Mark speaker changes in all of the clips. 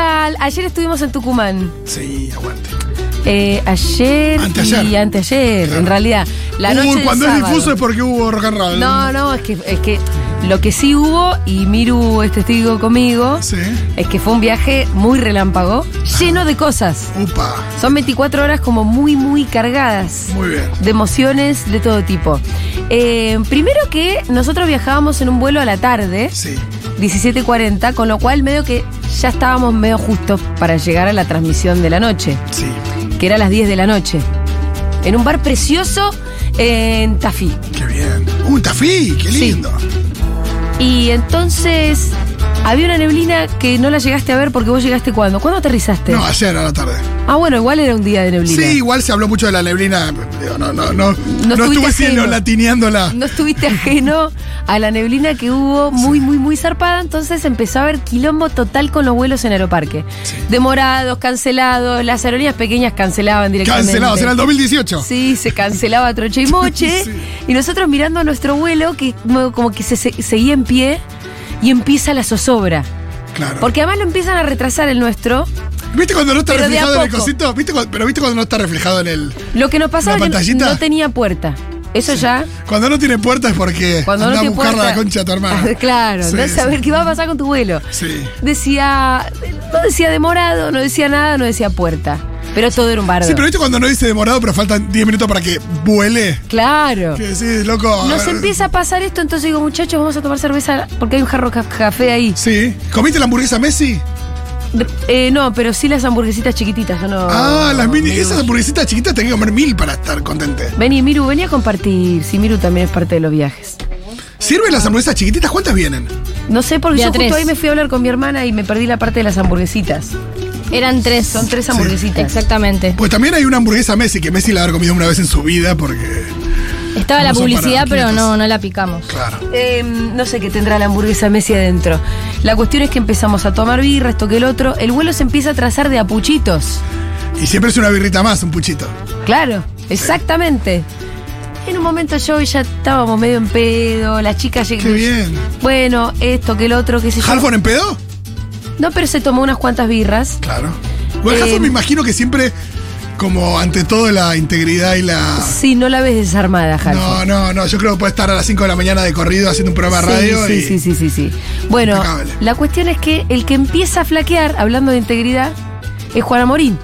Speaker 1: ayer estuvimos en Tucumán.
Speaker 2: Sí, aguante.
Speaker 1: Eh, ayer
Speaker 2: Anteayer.
Speaker 1: y anteayer,
Speaker 2: Claro.
Speaker 1: en realidad. La
Speaker 2: Hubo-
Speaker 1: noche del
Speaker 2: cuando es
Speaker 1: sábado.
Speaker 2: difuso es porque hubo rock and roll.
Speaker 1: No, no, es que, es que lo que sí hubo, y Miru es testigo conmigo,
Speaker 2: Sí.
Speaker 1: es que fue un viaje muy relámpago, lleno de cosas.
Speaker 2: Upa.
Speaker 1: Son 24 horas como muy, muy cargadas.
Speaker 2: Muy bien.
Speaker 1: de emociones de todo tipo. Eh, primero que nosotros viajábamos en un vuelo a la tarde,
Speaker 2: Sí.
Speaker 1: 17.40, con lo cual medio que ya estábamos medio justos para llegar a la transmisión de la noche,
Speaker 2: Sí.
Speaker 1: que era a las 10 de la noche, en un bar precioso en Tafí.
Speaker 2: Qué bien. Un tafí, qué
Speaker 1: Sí.
Speaker 2: lindo.
Speaker 1: Y entonces había una neblina que no la llegaste a ver porque vos llegaste cuando. ¿Cuándo aterrizaste?
Speaker 2: No, ayer a la tarde.
Speaker 1: Ah, bueno, igual era un día de neblina.
Speaker 2: Sí, igual se habló mucho de la neblina. digo, No, no, no. No,
Speaker 1: estuviste
Speaker 2: estuve siendo
Speaker 1: ajeno.
Speaker 2: latineándola.
Speaker 1: No estuviste ajeno a la neblina que hubo muy, muy, muy zarpada, entonces empezó a haber quilombo total con los vuelos en Aeroparque.
Speaker 2: Sí.
Speaker 1: Demorados, cancelados, las aerolíneas pequeñas cancelaban directamente.
Speaker 2: Cancelado, será el 2018.
Speaker 1: Sí, se cancelaba troche y moche.
Speaker 2: Sí.
Speaker 1: Y nosotros mirando nuestro vuelo, que como como que se, se- seguía en pie, y empieza la zozobra.
Speaker 2: Claro.
Speaker 1: Porque además lo empiezan a retrasar el nuestro.
Speaker 2: ¿Viste cuando no está
Speaker 1: Pero de a
Speaker 2: reflejado en el
Speaker 1: poco.
Speaker 2: cosito? ¿Viste cuando- pero viste cuando no está reflejado en el.
Speaker 1: Lo que nos pasaba
Speaker 2: ¿Una
Speaker 1: es que no-
Speaker 2: pantallita?
Speaker 1: no tenía puerta. Eso ya
Speaker 2: Cuando no tiene puerta es porque
Speaker 1: Cuando
Speaker 2: anda
Speaker 1: no
Speaker 2: a
Speaker 1: te
Speaker 2: buscar
Speaker 1: importa-
Speaker 2: la concha de tu hermana.
Speaker 1: claro,
Speaker 2: Sí,
Speaker 1: andás a
Speaker 2: sí.
Speaker 1: ver qué va a pasar con tu vuelo.
Speaker 2: Sí.
Speaker 1: Decía, no decía demorado, no decía nada, no decía puerta. Pero todo era un bardo.
Speaker 2: Sí, pero viste cuando no dice demorado, pero faltan 10 minutos para que vuele.
Speaker 1: Claro.
Speaker 2: Que sí, loco. a
Speaker 1: Nos
Speaker 2: ver.
Speaker 1: empieza a pasar esto, entonces digo, muchachos, vamos a tomar cerveza porque hay un jarro ca- café ahí.
Speaker 2: Sí. ¿Comiste la hamburguesa Messi?
Speaker 1: De- eh, no, pero sí las hamburguesitas chiquititas, yo no.
Speaker 2: ah, las mini.
Speaker 1: Miru.
Speaker 2: Esas hamburguesitas chiquitas tenés que comer mil para estar contente.
Speaker 1: Vení, Miru, vení a compartir. Sí, Miru también es parte de los viajes.
Speaker 2: ¿Sirven las hamburguesas chiquititas? ¿Cuántas vienen?
Speaker 1: No sé, porque
Speaker 3: De a
Speaker 1: yo
Speaker 3: tres.
Speaker 1: justo ahí me fui a hablar con mi hermana y me perdí la parte de las hamburguesitas.
Speaker 3: Eran tres.
Speaker 1: Son tres hamburguesitas.
Speaker 3: Exactamente.
Speaker 2: Pues también hay una hamburguesa Messi que Messi la habrá comido una vez en su vida porque.
Speaker 3: Estaba la
Speaker 2: No son para
Speaker 3: publicidad, pero
Speaker 2: banquitas.
Speaker 3: no, no la picamos.
Speaker 2: Claro.
Speaker 1: Eh, no sé qué tendrá la hamburguesa Messi adentro. La cuestión es que empezamos a tomar birra, esto que el otro. El vuelo se empieza a trazar de apuchitos.
Speaker 2: Y siempre es una birrita más, un puchito.
Speaker 1: Claro, exactamente. En un momento yo y ya estábamos medio en pedo, las chicas
Speaker 2: Qué
Speaker 1: llegaron.
Speaker 2: bien.
Speaker 1: Bueno, esto que el otro, qué sé yo.
Speaker 2: ¿Halfon en pedo?
Speaker 1: No, pero se tomó unas cuantas birras.
Speaker 2: Claro. Bueno,
Speaker 1: Eh,
Speaker 2: Halfon me imagino que siempre, como ante todo, la integridad y la.
Speaker 1: Sí, no la ves desarmada, Jal.
Speaker 2: No, no, no. Yo creo que puede estar a las 5 de la mañana de corrido haciendo un programa de radio.
Speaker 1: sí,
Speaker 2: y...
Speaker 1: sí, sí, sí, sí. Bueno,
Speaker 2: Impecable.
Speaker 1: la cuestión es que el que empieza a flaquear, hablando de integridad, es Juan Amorín.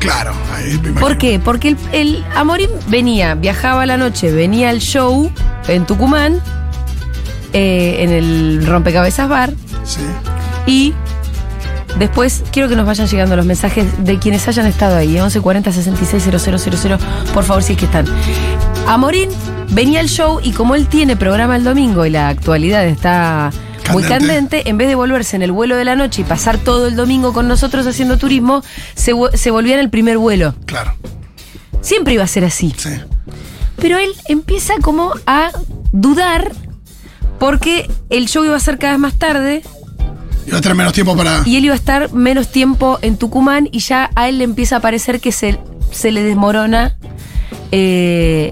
Speaker 2: Claro. ahí me imagino.
Speaker 1: ¿Por qué? Porque el, el Amorín venía, viajaba a la noche, venía al show en Tucumán, eh, en el Rompecabezas Bar,
Speaker 2: Sí.
Speaker 1: y después quiero que nos vayan llegando los mensajes de quienes hayan estado ahí, ¿eh? 1140 000, por favor, si es que están. Amorín venía al show y como él tiene programa el domingo y la actualidad está... Muy
Speaker 2: Candente.
Speaker 1: candente, en vez de volverse en el vuelo de la noche y pasar todo el domingo con nosotros haciendo turismo, se, vo- se volvía en el primer vuelo.
Speaker 2: Claro.
Speaker 1: Siempre iba a ser así.
Speaker 2: Sí.
Speaker 1: Pero él empieza como a dudar porque el show iba a ser cada vez más tarde
Speaker 2: Y va a tener menos tiempo para.
Speaker 1: y él iba a estar menos tiempo en Tucumán y ya a él le empieza a parecer que se, se le desmorona eh,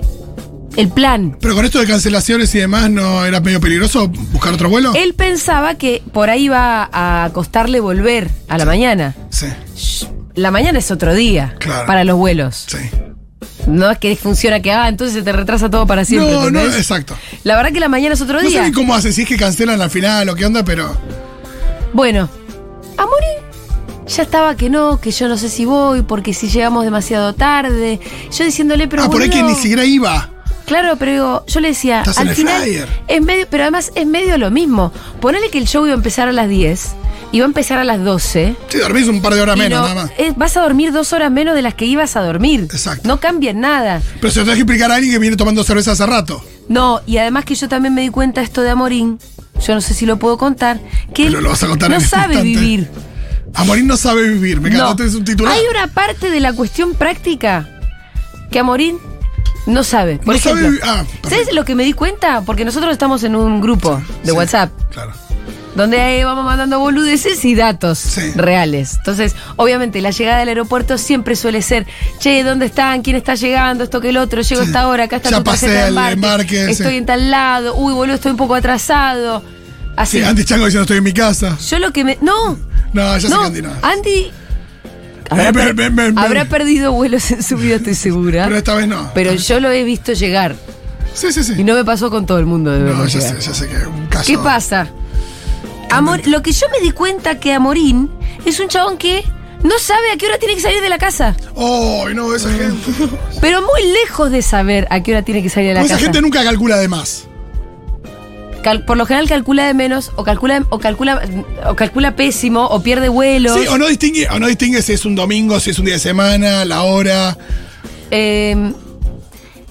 Speaker 1: el plan.
Speaker 2: Pero con esto de cancelaciones y demás, ¿no era medio peligroso buscar otro vuelo?
Speaker 1: Él pensaba que por ahí iba a costarle volver a la mañana.
Speaker 2: Sí,
Speaker 1: La mañana es otro día
Speaker 2: Claro.
Speaker 1: para los vuelos.
Speaker 2: sí.
Speaker 1: No es que funciona que, ah, entonces se te retrasa todo para siempre.
Speaker 2: no, no,
Speaker 1: ¿entendés?
Speaker 2: exacto.
Speaker 1: La verdad que la mañana es otro
Speaker 2: No
Speaker 1: día.
Speaker 2: sé ni cómo hacen, si es que cancelan al final o qué onda, pero.
Speaker 1: Bueno, a morir ya estaba que no, que yo no sé si voy, porque si llegamos demasiado tarde. Yo diciéndole, pero.
Speaker 2: ah, por ahí que
Speaker 1: boludo,
Speaker 2: ni siquiera iba.
Speaker 1: Claro, pero digo, yo le decía,
Speaker 2: Estás
Speaker 1: al
Speaker 2: en el
Speaker 1: final.
Speaker 2: flyer.
Speaker 1: Es medio, pero además es medio lo mismo. Ponele que el show iba a empezar a las 10, iba a empezar a las 12.
Speaker 2: Sí, dormís un par de horas
Speaker 1: y
Speaker 2: menos,
Speaker 1: no-
Speaker 2: nada más.
Speaker 1: eh, vas a dormir dos horas menos de las que ibas a dormir.
Speaker 2: Exacto.
Speaker 1: No cambia nada.
Speaker 2: Pero se lo tenés que explicar a alguien que viene tomando cerveza hace rato.
Speaker 1: No, y además que yo también me di cuenta esto de Amorín. Yo no sé si lo puedo contar. Que
Speaker 2: Pero
Speaker 1: él
Speaker 2: lo vas a contar
Speaker 1: no
Speaker 2: en el
Speaker 1: sabe
Speaker 2: instante.
Speaker 1: vivir.
Speaker 2: Amorín no sabe vivir, me
Speaker 1: No.
Speaker 2: encanta, tenés un titular.
Speaker 1: Hay una parte de la cuestión práctica que Amorín no sabe. Por
Speaker 2: No sabe
Speaker 1: ejemplo,
Speaker 2: vi- ah, perfecto.
Speaker 1: ¿Sabes lo que me di cuenta? Porque nosotros estamos en un grupo de
Speaker 2: Sí,
Speaker 1: WhatsApp
Speaker 2: Claro.
Speaker 1: donde eh, vamos mandando boludeces y datos
Speaker 2: Sí.
Speaker 1: reales. Entonces, obviamente, la llegada del aeropuerto siempre suele ser, che, ¿dónde están? ¿Quién está llegando? Esto que el otro, llego a
Speaker 2: Sí.
Speaker 1: esta hora, acá está
Speaker 2: Ya
Speaker 1: tu tarjeta
Speaker 2: pasé
Speaker 1: de
Speaker 2: el
Speaker 1: embarque,
Speaker 2: embarque, sí.
Speaker 1: estoy en tal lado, uy, boludo, estoy un poco atrasado. Así.
Speaker 2: Sí, Andy Chango diciendo estoy en mi casa.
Speaker 1: Yo lo que me. No,
Speaker 2: No, ya sé
Speaker 1: no,
Speaker 2: que Andy no.
Speaker 1: Andy habrá,
Speaker 2: Eh, ven, ven, ven, ven.
Speaker 1: habrá perdido vuelos en su vida, estoy segura.
Speaker 2: Pero
Speaker 1: Pero,
Speaker 2: esta vez no.
Speaker 1: yo lo he visto llegar.
Speaker 2: sí, sí,
Speaker 1: Y
Speaker 2: sí.
Speaker 1: no me pasó con todo el mundo, de
Speaker 2: No,
Speaker 1: verdad.
Speaker 2: ya sé, ya sé que es un caso.
Speaker 1: ¿Qué pasa? Amor, lo que yo me di cuenta que Amorín es un chabón que no sabe a qué hora tiene que salir de la casa.
Speaker 2: Oh, no, esa gente.
Speaker 1: Pero muy lejos de saber a qué hora tiene que salir de la
Speaker 2: Pues esa
Speaker 1: casa.
Speaker 2: gente nunca calcula de más.
Speaker 1: Cal- por lo general calcula de menos o calcula de- o calcula o calcula pésimo o pierde vuelos.
Speaker 2: Sí, o no distingue, o no distingue si es un domingo, si es un día de semana, la hora.
Speaker 1: Eh,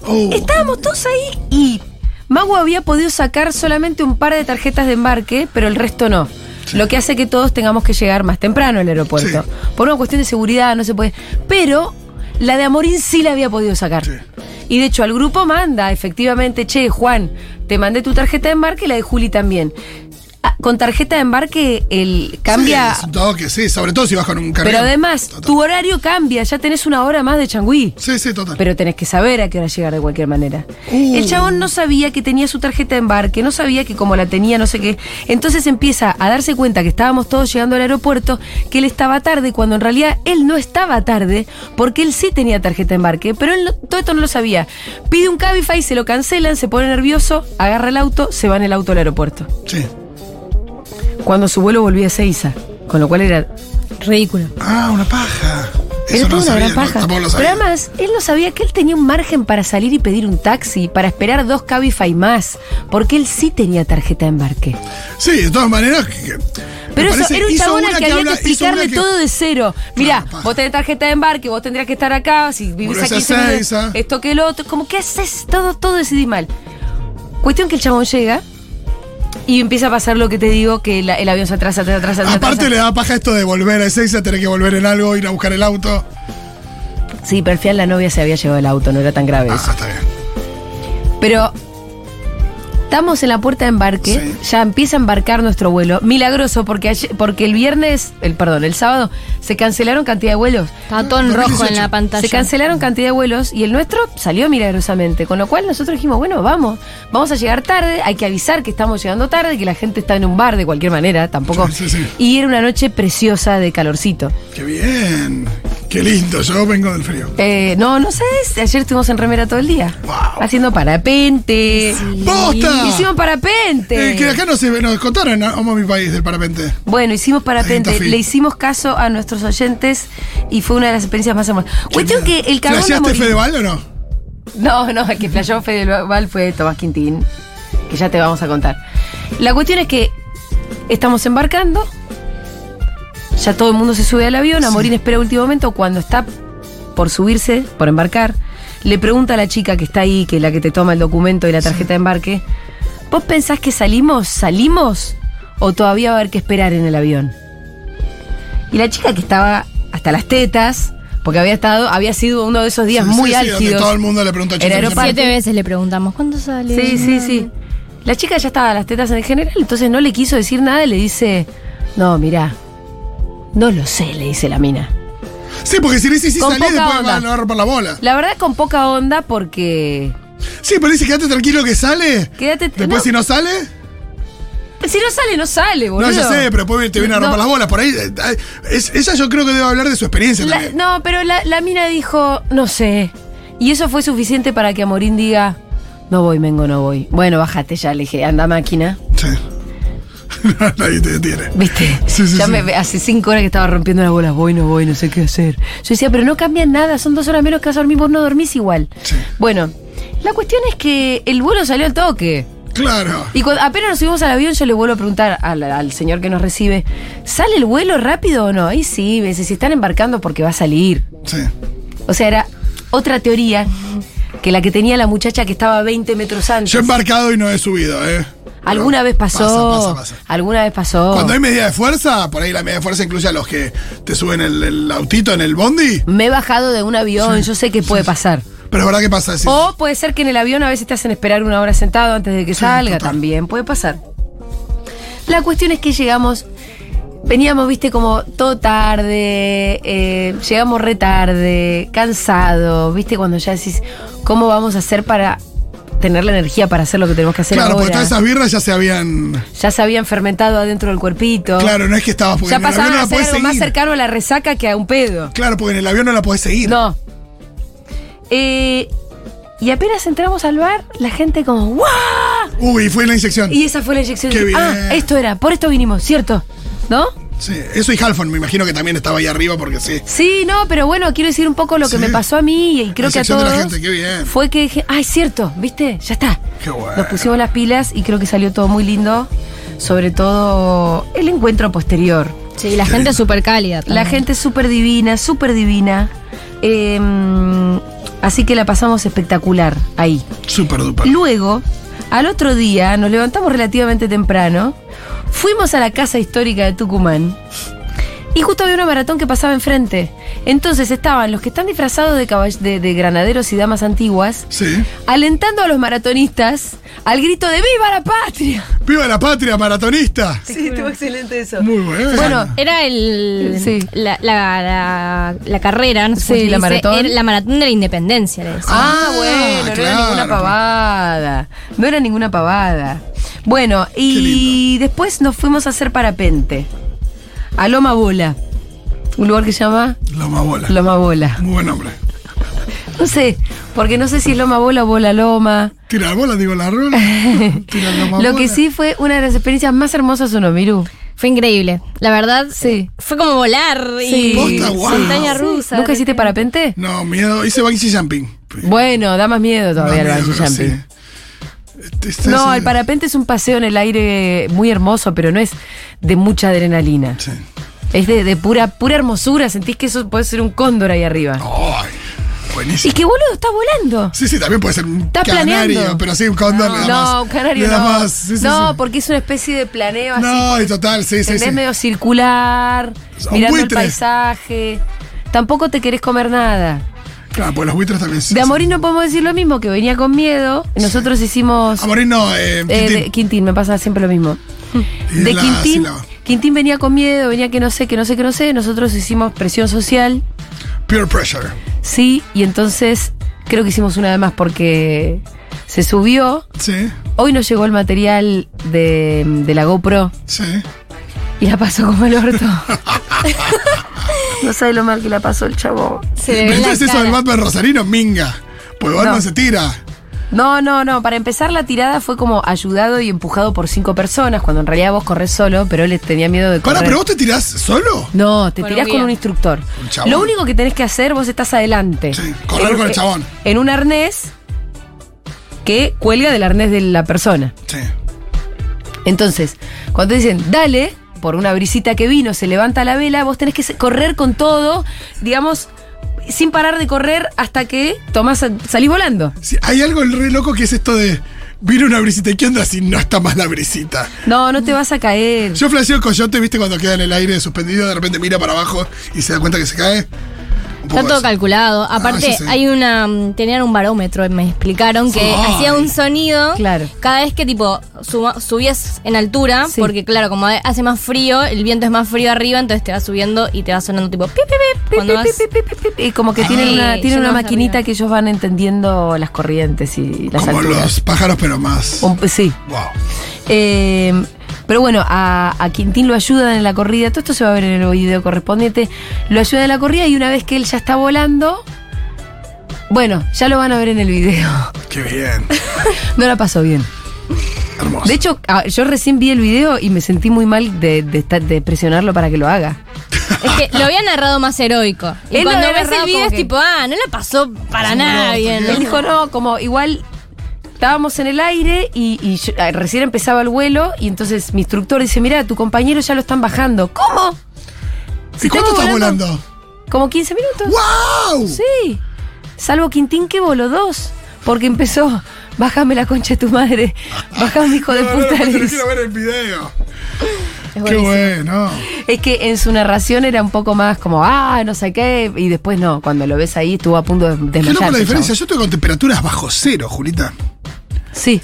Speaker 2: Oh,
Speaker 1: Estábamos todos ahí y Mago había podido sacar solamente un par de tarjetas de embarque, pero el resto no. Lo que hace que todos tengamos que llegar más temprano al aeropuerto.
Speaker 2: Sí.
Speaker 1: Por una cuestión de seguridad, no se puede. Pero la de Amorín sí la había podido sacar.
Speaker 2: Sí.
Speaker 1: Y de hecho, al grupo manda, efectivamente, che, Juan, te mandé tu tarjeta de embarque y la de Juli también. Ah, Con tarjeta de embarque el cambia.
Speaker 2: Sí, es un toque, sí, sobre todo si vas con un carril.
Speaker 1: pero además, tu horario cambia, ya tenés una hora más de changüí.
Speaker 2: Sí, sí, total.
Speaker 1: Pero tenés que saber a qué hora llegar de cualquier manera.
Speaker 2: Uh.
Speaker 1: El chabón no sabía que tenía su tarjeta de embarque, no sabía que como la tenía, no sé qué. Entonces empieza a darse cuenta que estábamos todos llegando al aeropuerto, que él estaba tarde, cuando en realidad él no estaba tarde, porque él sí tenía tarjeta de embarque, pero él no- todo esto no lo sabía. Pide un Cabify, se lo cancelan, se pone nervioso, agarra el auto, se va en el auto al aeropuerto.
Speaker 2: Sí.
Speaker 1: Cuando su vuelo volvía a Seiza, con lo cual era
Speaker 3: Ridículo.
Speaker 2: Ah, una paja. Eso
Speaker 1: Era toda
Speaker 2: no lo
Speaker 1: una
Speaker 2: sabía,
Speaker 1: gran
Speaker 2: no,
Speaker 1: paja.
Speaker 2: tampoco lo
Speaker 1: Pero
Speaker 2: sabía.
Speaker 1: además, él no sabía que él tenía un margen para salir y pedir un taxi, para esperar dos Cabify más, porque él sí tenía tarjeta de embarque.
Speaker 2: Sí, de todas maneras. que- que- me
Speaker 1: Pero eso
Speaker 2: parece-
Speaker 1: era un
Speaker 2: hizo
Speaker 1: chabón
Speaker 2: una
Speaker 1: al que había que
Speaker 2: habla- hizo una
Speaker 1: explicarle
Speaker 2: que- Ah,
Speaker 1: todo de cero. Mirá,
Speaker 2: paja.
Speaker 1: vos tenés tarjeta de embarque, vos tendrías que estar acá, si vivís
Speaker 2: Volvés
Speaker 1: aquí,
Speaker 2: a Ezeiza.
Speaker 1: esto que el otro, como que haces todo, todo decidí mal. Cuestión que el chabón llega y empieza a pasar lo que te digo, que la- el avión se atrasa, se atrasa, se atrasa.
Speaker 2: Aparte le da paja esto de volver a Ezeiza, tener que volver en algo, ir a buscar el auto.
Speaker 1: Sí, pero al final la novia se había llevado el auto, no era tan grave eso.
Speaker 2: Ah, está bien.
Speaker 1: Pero estamos en la puerta de embarque,
Speaker 2: Sí.
Speaker 1: ya empieza a embarcar nuestro vuelo. Milagroso, porque, ayer- porque el viernes, el perdón, el sábado, se cancelaron cantidad de vuelos.
Speaker 3: Estaba todo en
Speaker 2: 2018.
Speaker 3: rojo en la pantalla.
Speaker 1: Se cancelaron cantidad de vuelos y el nuestro salió milagrosamente. Con lo cual nosotros dijimos, bueno, vamos, vamos a llegar tarde, hay que avisar que estamos llegando tarde, que la gente está en un bar de cualquier manera, tampoco.
Speaker 2: Sí, sí, sí.
Speaker 1: Y era una noche preciosa de calorcito.
Speaker 2: Qué bien. Qué lindo, yo vengo del frío.
Speaker 1: Eh, no, no sé, ayer estuvimos en remera todo el día.
Speaker 2: Wow.
Speaker 1: Haciendo parapente.
Speaker 2: ¡Bosta!
Speaker 1: Hicimos parapente.
Speaker 2: Eh, que acá no se ve- nos contaron, ¿no? Amo mi país del parapente.
Speaker 1: Bueno, hicimos
Speaker 2: Ahí
Speaker 1: parapente,
Speaker 2: está, Fi.
Speaker 1: le hicimos caso a nuestros oyentes y fue una de las experiencias más hermosas. Cuestión que el cagón de
Speaker 2: ¿Flasheaste
Speaker 1: Amorín-
Speaker 2: Fedeval o no?
Speaker 1: No, no, el que flayó Fedeval fue Tomás Quintín, que ya te vamos a contar. La cuestión es que estamos embarcando, ya todo el mundo se sube al avión, Amorín espera último momento, cuando está por subirse, por embarcar, le pregunta a la chica que está ahí, que es la que te toma el documento y la tarjeta de embarque, ¿vos pensás que salimos, salimos o todavía va a haber que esperar en el avión? Y la chica que estaba hasta las tetas, porque había estado, había sido uno de esos días
Speaker 2: Sí,
Speaker 1: muy
Speaker 2: sí, sí, donde
Speaker 1: álgidos.
Speaker 2: todo el mundo le pregunta a
Speaker 1: En
Speaker 2: Chico,
Speaker 1: aeropuerto.
Speaker 3: Siete veces le preguntamos, ¿cuánto sale?
Speaker 1: Sí, sí, sí. La chica ya estaba a las tetas en general, entonces no le quiso decir nada y le dice, no, mirá, no lo sé, le dice la mina.
Speaker 2: Sí, porque si le dices sí
Speaker 1: Con
Speaker 2: salí,
Speaker 1: poca
Speaker 2: después
Speaker 1: onda.
Speaker 2: va- le va a romper la bola.
Speaker 1: La verdad con poca onda porque...
Speaker 2: Sí, pero dice quédate tranquilo que sale.
Speaker 1: Quédate
Speaker 2: Después
Speaker 1: no,
Speaker 2: pues si no sale.
Speaker 1: Si no sale, no sale, boludo.
Speaker 2: No, ya sé, pero pues después te viene a romper
Speaker 1: No.
Speaker 2: las bolas. Por ahí. eh, eh, es- ella yo creo que debe hablar de su experiencia
Speaker 1: La-
Speaker 2: también.
Speaker 1: no, pero la, la mina dijo, no sé. Y eso fue suficiente para que Amorín diga, no voy, Mengo, no voy. Bueno, bájate ya, le dije, anda máquina.
Speaker 2: Sí. Nadie te detiene.
Speaker 1: ¿Viste?
Speaker 2: Sí, sí,
Speaker 1: ya
Speaker 2: sí.
Speaker 1: me- hace cinco horas que estaba rompiendo las bolas. Voy, no voy, no sé qué hacer. Yo decía, pero no cambia nada, son dos horas menos que vas a dormir, vos no dormís igual.
Speaker 2: Sí.
Speaker 1: Bueno, la cuestión es que el vuelo salió al toque.
Speaker 2: Claro.
Speaker 1: Y cuando, apenas nos subimos al avión, yo le vuelvo a preguntar al, al señor que nos recibe: ¿sale el vuelo rápido o no? Ahí sí, me dice, si están embarcando porque va a salir.
Speaker 2: Sí.
Speaker 1: O sea, era otra teoría que la que tenía la muchacha que estaba 20 metros antes.
Speaker 2: Yo he embarcado y no he subido, ¿eh?
Speaker 1: Alguna
Speaker 2: Pero
Speaker 1: vez pasó. Oh.
Speaker 2: Pasa, pasa, pasa.
Speaker 1: Alguna vez pasó.
Speaker 2: Cuando hay medida de fuerza, por ahí la medida de fuerza incluye a los que te suben el, el autito en el bondi.
Speaker 1: Me he bajado de un avión, yo sé que puede pasar.
Speaker 2: Pero es verdad que pasa así.
Speaker 1: O puede ser que en el avión a veces te hacen esperar una hora sentado antes de que salga,
Speaker 2: total.
Speaker 1: también puede pasar. La cuestión es que llegamos, veníamos, viste, como todo tarde, eh, llegamos re tarde, cansado, viste, cuando ya decís, ¿cómo vamos a hacer para tener la energía para hacer lo que tenemos que hacer
Speaker 2: Claro,
Speaker 1: ahora.
Speaker 2: porque todas esas birras ya se habían.
Speaker 1: Ya se habían fermentado adentro del cuerpito.
Speaker 2: Claro, no es que estabas. porque
Speaker 1: Oh. ya
Speaker 2: en el
Speaker 1: pasaban a
Speaker 2: avión no la
Speaker 1: ser
Speaker 2: podés
Speaker 1: algo más
Speaker 2: seguir.
Speaker 1: cercano a la resaca que a un pedo.
Speaker 2: Claro, porque en el avión no la podés seguir.
Speaker 1: No. Eh, y apenas entramos al bar, la gente como ¡guau!
Speaker 2: Uy, fue la inyección.
Speaker 1: Y esa fue la inyección.
Speaker 2: Qué bien.
Speaker 1: Ah, esto era, por esto vinimos, ¿cierto? ¿No?
Speaker 2: Sí, eso y Halfon, me imagino que también estaba ahí arriba porque sí.
Speaker 1: Sí, no, pero bueno, quiero decir un poco lo que
Speaker 2: Sí.
Speaker 1: me pasó a mí y creo
Speaker 2: La
Speaker 1: que a
Speaker 2: inyección de
Speaker 1: todos.
Speaker 2: la gente, qué bien.
Speaker 1: Fue que dije, ay, cierto, ¿viste? Ya está.
Speaker 2: Qué bueno.
Speaker 1: Nos pusimos las pilas y creo que salió todo muy lindo, sobre todo el encuentro posterior.
Speaker 3: Sí, la gente es súper cálida.
Speaker 1: La gente es súper divina, súper divina. Eh, así que la pasamos espectacular ahí.
Speaker 2: Súper duper.
Speaker 1: Luego, al otro día, nos levantamos relativamente temprano, fuimos a la casa histórica de Tucumán y justo había una maratón que pasaba enfrente. Entonces estaban los que están disfrazados de, caball- de- de granaderos y damas antiguas,
Speaker 2: Sí.
Speaker 1: alentando a los maratonistas al grito de ¡Viva la patria!
Speaker 2: ¡Viva la patria, maratonista!
Speaker 1: Sí, estuvo excelente eso.
Speaker 2: Muy bueno.
Speaker 1: Bueno,
Speaker 3: Era el,
Speaker 1: Sí.
Speaker 3: la, la, la, la carrera, no sé
Speaker 1: Sí,
Speaker 3: cómo se
Speaker 1: la
Speaker 3: dice,
Speaker 1: maratón.
Speaker 3: era la maratón de la independencia, le decían.
Speaker 1: Ah,
Speaker 2: Ah,
Speaker 1: bueno, no era
Speaker 2: claro.
Speaker 1: ninguna pavada. No era ninguna pavada. Bueno, y después nos fuimos a hacer parapente. A Loma Bola. Un lugar que se llama
Speaker 2: Loma Bola.
Speaker 1: Loma Bola.
Speaker 2: Muy buen nombre.
Speaker 1: No sé, porque no sé si es Loma Bola o Bola Loma.
Speaker 2: Tirar bola, digo la rola. Tirar Loma
Speaker 1: Lo que
Speaker 2: Bola.
Speaker 1: sí fue una de las experiencias más hermosas, uno, Miru.
Speaker 3: Ah. Fue increíble. La verdad,
Speaker 1: Sí.
Speaker 3: fue como volar
Speaker 1: Sí.
Speaker 3: y
Speaker 2: Posta, guau.
Speaker 3: montaña
Speaker 2: Sí.
Speaker 3: rusa.
Speaker 1: ¿Nunca hiciste parapente?
Speaker 2: No, miedo. Hice bungee jumping.
Speaker 1: Bueno, da más miedo todavía
Speaker 2: Da
Speaker 1: el
Speaker 2: miedo,
Speaker 1: bungee jumping.
Speaker 2: sí. Este, este,
Speaker 1: No,
Speaker 2: este-
Speaker 1: el parapente es un paseo en el aire muy hermoso, pero no es de mucha adrenalina.
Speaker 2: Sí.
Speaker 1: Es de, de pura, pura hermosura, sentís que eso puede ser un cóndor ahí arriba.
Speaker 2: Ay,
Speaker 1: Y
Speaker 2: buenísimo.
Speaker 1: que boludo, está volando.
Speaker 2: Sí, sí, también puede ser un
Speaker 1: Está
Speaker 2: canario,
Speaker 1: planeando.
Speaker 2: pero sí, un cóndor le da más.
Speaker 1: No, un canario
Speaker 2: le da
Speaker 1: no.
Speaker 2: más. Sí, sí,
Speaker 1: no,
Speaker 2: sí.
Speaker 1: porque es una especie de planeo así.
Speaker 2: No, y total, sí, sí,
Speaker 1: ¿entendés?
Speaker 2: sí.
Speaker 1: medio circular,
Speaker 2: Es un
Speaker 1: mirando
Speaker 2: buitre.
Speaker 1: el paisaje. Tampoco te querés comer nada.
Speaker 2: Claro, pues los buitres también. sí,
Speaker 1: De
Speaker 2: sí.
Speaker 1: Amorín no podemos decir lo mismo, que venía con miedo. Nosotros hicimos.
Speaker 2: Amorín no, eh,
Speaker 1: Eh, de-
Speaker 2: Quintín.
Speaker 1: Quintín, me pasa siempre lo mismo.
Speaker 2: Y
Speaker 1: De
Speaker 2: la
Speaker 1: Quintín,
Speaker 2: sílaba.
Speaker 1: Quintín venía con miedo, venía que no sé, que no sé, que no sé. Nosotros hicimos presión social,
Speaker 2: Pure pressure.
Speaker 1: sí, y entonces creo que hicimos una de más porque se subió.
Speaker 2: Sí,
Speaker 1: Hoy nos llegó el material de, de la GoPro
Speaker 2: sí.
Speaker 1: y la pasó como el orto. no sabe lo mal que la pasó el chavo.
Speaker 3: Se le
Speaker 2: Pero
Speaker 3: ve la
Speaker 2: entonces eso
Speaker 3: cara.
Speaker 2: del Batman Rosarino, minga. Pues Batman
Speaker 1: No.
Speaker 2: se tira.
Speaker 1: No, no, no. Para empezar, la tirada fue como ayudado y empujado por cinco personas, cuando en realidad vos corres solo, pero él les tenía miedo de correr.
Speaker 2: Para, pero vos te tirás solo.
Speaker 1: No, te
Speaker 3: Con un
Speaker 1: tirás con
Speaker 3: guía.
Speaker 1: un instructor.
Speaker 2: Un chabón.
Speaker 1: Lo único que tenés que hacer, vos estás adelante.
Speaker 2: Sí, correr
Speaker 1: En-
Speaker 2: con el chabón.
Speaker 1: En un arnés que cuelga del arnés de la persona.
Speaker 2: Sí.
Speaker 1: Entonces, cuando te dicen, dale, por una brisita que vino, se levanta la vela, vos tenés que se- correr con todo, digamos, sin parar de correr hasta que tomás, salís volando.
Speaker 2: Sí, Hay algo re loco que es esto de. Vino una brisita. ¿Y qué onda si no está más la brisita?
Speaker 1: No, no te vas a caer.
Speaker 2: Yo flasheo el coyote, viste, cuando queda en el aire suspendido, de repente mira para abajo y se da cuenta que se cae. Un poco
Speaker 3: Está todo
Speaker 2: eso.
Speaker 3: calculado. Aparte,
Speaker 2: ya sé.
Speaker 3: hay una. mm, Tenían un barómetro, me explicaron, que
Speaker 2: Ay.
Speaker 3: hacía un sonido.
Speaker 1: Claro.
Speaker 3: Cada vez que, tipo, suba- subías en altura,
Speaker 1: Sí.
Speaker 3: porque, claro, como hace más frío, el viento es más frío arriba, entonces te va subiendo y te va sonando, tipo, pip, pip, pip,
Speaker 1: Pi,
Speaker 3: cuando
Speaker 1: pi,
Speaker 3: vas-
Speaker 1: pi, pi, pi, pi, pi. Y como que tienen
Speaker 3: Sí,
Speaker 1: una, tienen
Speaker 3: yo no
Speaker 1: una
Speaker 3: sabía.
Speaker 1: maquinita que ellos van entendiendo las corrientes y las
Speaker 2: Como
Speaker 1: alturas.
Speaker 2: los pájaros, pero más.
Speaker 1: Un- sí.
Speaker 2: Wow.
Speaker 1: Eh, pero bueno, a, a Quintín lo ayudan en la corrida, todo esto se va a ver en el video correspondiente, lo ayudan en la corrida y una vez que él ya está volando, bueno, ya lo van a ver en el video.
Speaker 2: Qué bien.
Speaker 1: No la pasó bien.
Speaker 2: Hermoso.
Speaker 1: De hecho, ah, yo recién vi el video y me sentí muy mal de, de esta- de presionarlo para que lo haga.
Speaker 3: Es que lo había narrado más heroico. Y
Speaker 1: Él lo
Speaker 3: cuando
Speaker 1: había
Speaker 3: ves el
Speaker 1: narrado
Speaker 3: video
Speaker 1: como
Speaker 3: es
Speaker 1: que-
Speaker 3: tipo, ah, no la pasó para
Speaker 2: Sí,
Speaker 3: nada
Speaker 2: no,
Speaker 3: bien.
Speaker 2: tenía-
Speaker 1: Él dijo, no, como igual estábamos en el aire y, y yo- ah, recién empezaba el vuelo y entonces mi instructor dice, mira, tu compañero ya lo están bajando. ¿Cómo? Si
Speaker 2: ¿Y cuánto
Speaker 1: estamos
Speaker 2: estás volando?
Speaker 1: Como 15 minutos.
Speaker 2: ¡Wow!
Speaker 1: Sí. Salvo Quintín que voló dos. Porque empezó, bájame la concha de tu madre. Bájame, hijo de
Speaker 2: No, no, no,
Speaker 1: puta. le
Speaker 2: pero
Speaker 1: dice.
Speaker 2: quiero ver el video.
Speaker 3: Es
Speaker 2: Qué
Speaker 3: buenísimo.
Speaker 2: bueno.
Speaker 1: Es que en su narración era un poco más como, ah, no sé qué. Y después no, cuando lo ves ahí estuvo a punto de
Speaker 2: Qué
Speaker 1: desmayarse.
Speaker 2: loco la diferencia.
Speaker 1: chabón.
Speaker 2: Yo estoy con temperaturas bajo cero, Julita.
Speaker 1: Sí.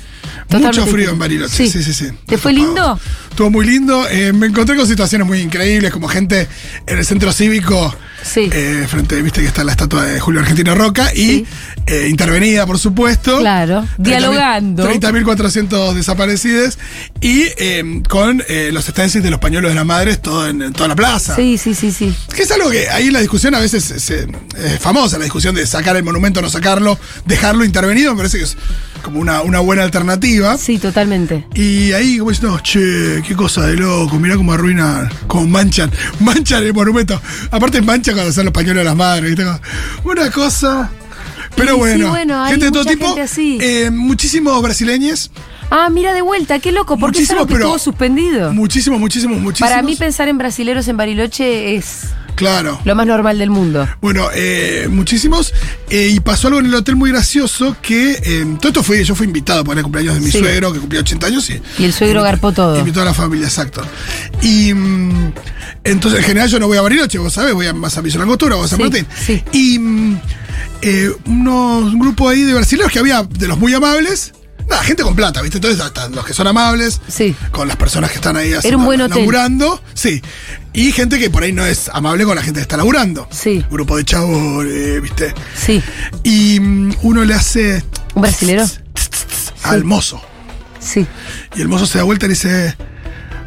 Speaker 2: Mucho
Speaker 1: totalmente
Speaker 2: frío
Speaker 1: distinto.
Speaker 2: en Bariloche. Sí, sí, sí.
Speaker 1: ¿Te fue lindo?
Speaker 2: Estuvo muy lindo. Eh, me encontré con situaciones muy increíbles, como gente en el centro cívico
Speaker 1: Sí.
Speaker 2: eh, frente, viste que está la estatua de Julio Argentino Roca, y
Speaker 1: Sí.
Speaker 2: eh, intervenida, por supuesto.
Speaker 1: Claro,
Speaker 2: 30.000
Speaker 1: dialogando.
Speaker 2: 30.400 desaparecidos, y eh, con eh, los stencils de los pañuelos de las madres, todo en, en toda la plaza.
Speaker 1: Sí, sí, sí, sí.
Speaker 2: Que es algo que ahí la discusión a veces es, eh, es famosa, la discusión de sacar el monumento, no sacarlo, dejarlo intervenido, me parece que es como una, una buena alternativa.
Speaker 1: Sí, totalmente.
Speaker 2: Y ahí como diciendo, "Oh, che, qué cosa de loco, mirá cómo arruinan, cómo manchan, manchan el monumento. Aparte manchan cuando hacen los pañuelos a las madres, ¿viste? Como, Una cosa. Pero
Speaker 1: Y sí,
Speaker 2: bueno,
Speaker 1: bueno, hay
Speaker 2: gente de todo
Speaker 1: mucha
Speaker 2: tipo,
Speaker 1: gente así.
Speaker 2: eh, muchísimos brasileños,
Speaker 1: Ah, mira de vuelta, qué loco, porque es
Speaker 2: muchísimos,
Speaker 1: algo que
Speaker 2: pero-
Speaker 1: estuvo suspendido.
Speaker 2: muchísimos, muchísimos, muchísimos.
Speaker 1: Para mí pensar en brasileros en Bariloche es
Speaker 2: claro.
Speaker 1: lo más normal del mundo.
Speaker 2: Bueno, eh, muchísimos. Eh, y pasó algo en el hotel muy gracioso que. eh, todo esto fue. Yo fui invitado para el cumpleaños de mi
Speaker 1: Sí.
Speaker 2: suegro, que cumplía 80 años. Y,
Speaker 1: Y el suegro garpó todo.
Speaker 2: Invitó a la familia, exacto. Y. mm, entonces, en general, yo no voy a Bariloche, vos sabés, voy a más a Villa Langostura, vos a San
Speaker 1: Sí,
Speaker 2: Martín.
Speaker 1: sí.
Speaker 2: Y. mm, eh, unos, un grupo ahí de brasileños que había de los muy amables. Nada, gente con plata, ¿viste? Entonces, hasta los que son amables.
Speaker 1: Sí.
Speaker 2: Con las personas que están ahí haciendo,
Speaker 1: un buen hotel.
Speaker 2: laburando. Sí. Y gente que por ahí no es amable con la gente que está laburando
Speaker 1: Sí,
Speaker 2: grupo de chavos, eh, ¿viste?
Speaker 1: sí.
Speaker 2: Y mm, uno le hace
Speaker 1: ¿Un brasilero?
Speaker 2: al mozo.
Speaker 1: Sí.
Speaker 2: Y el mozo se da vuelta y le dice: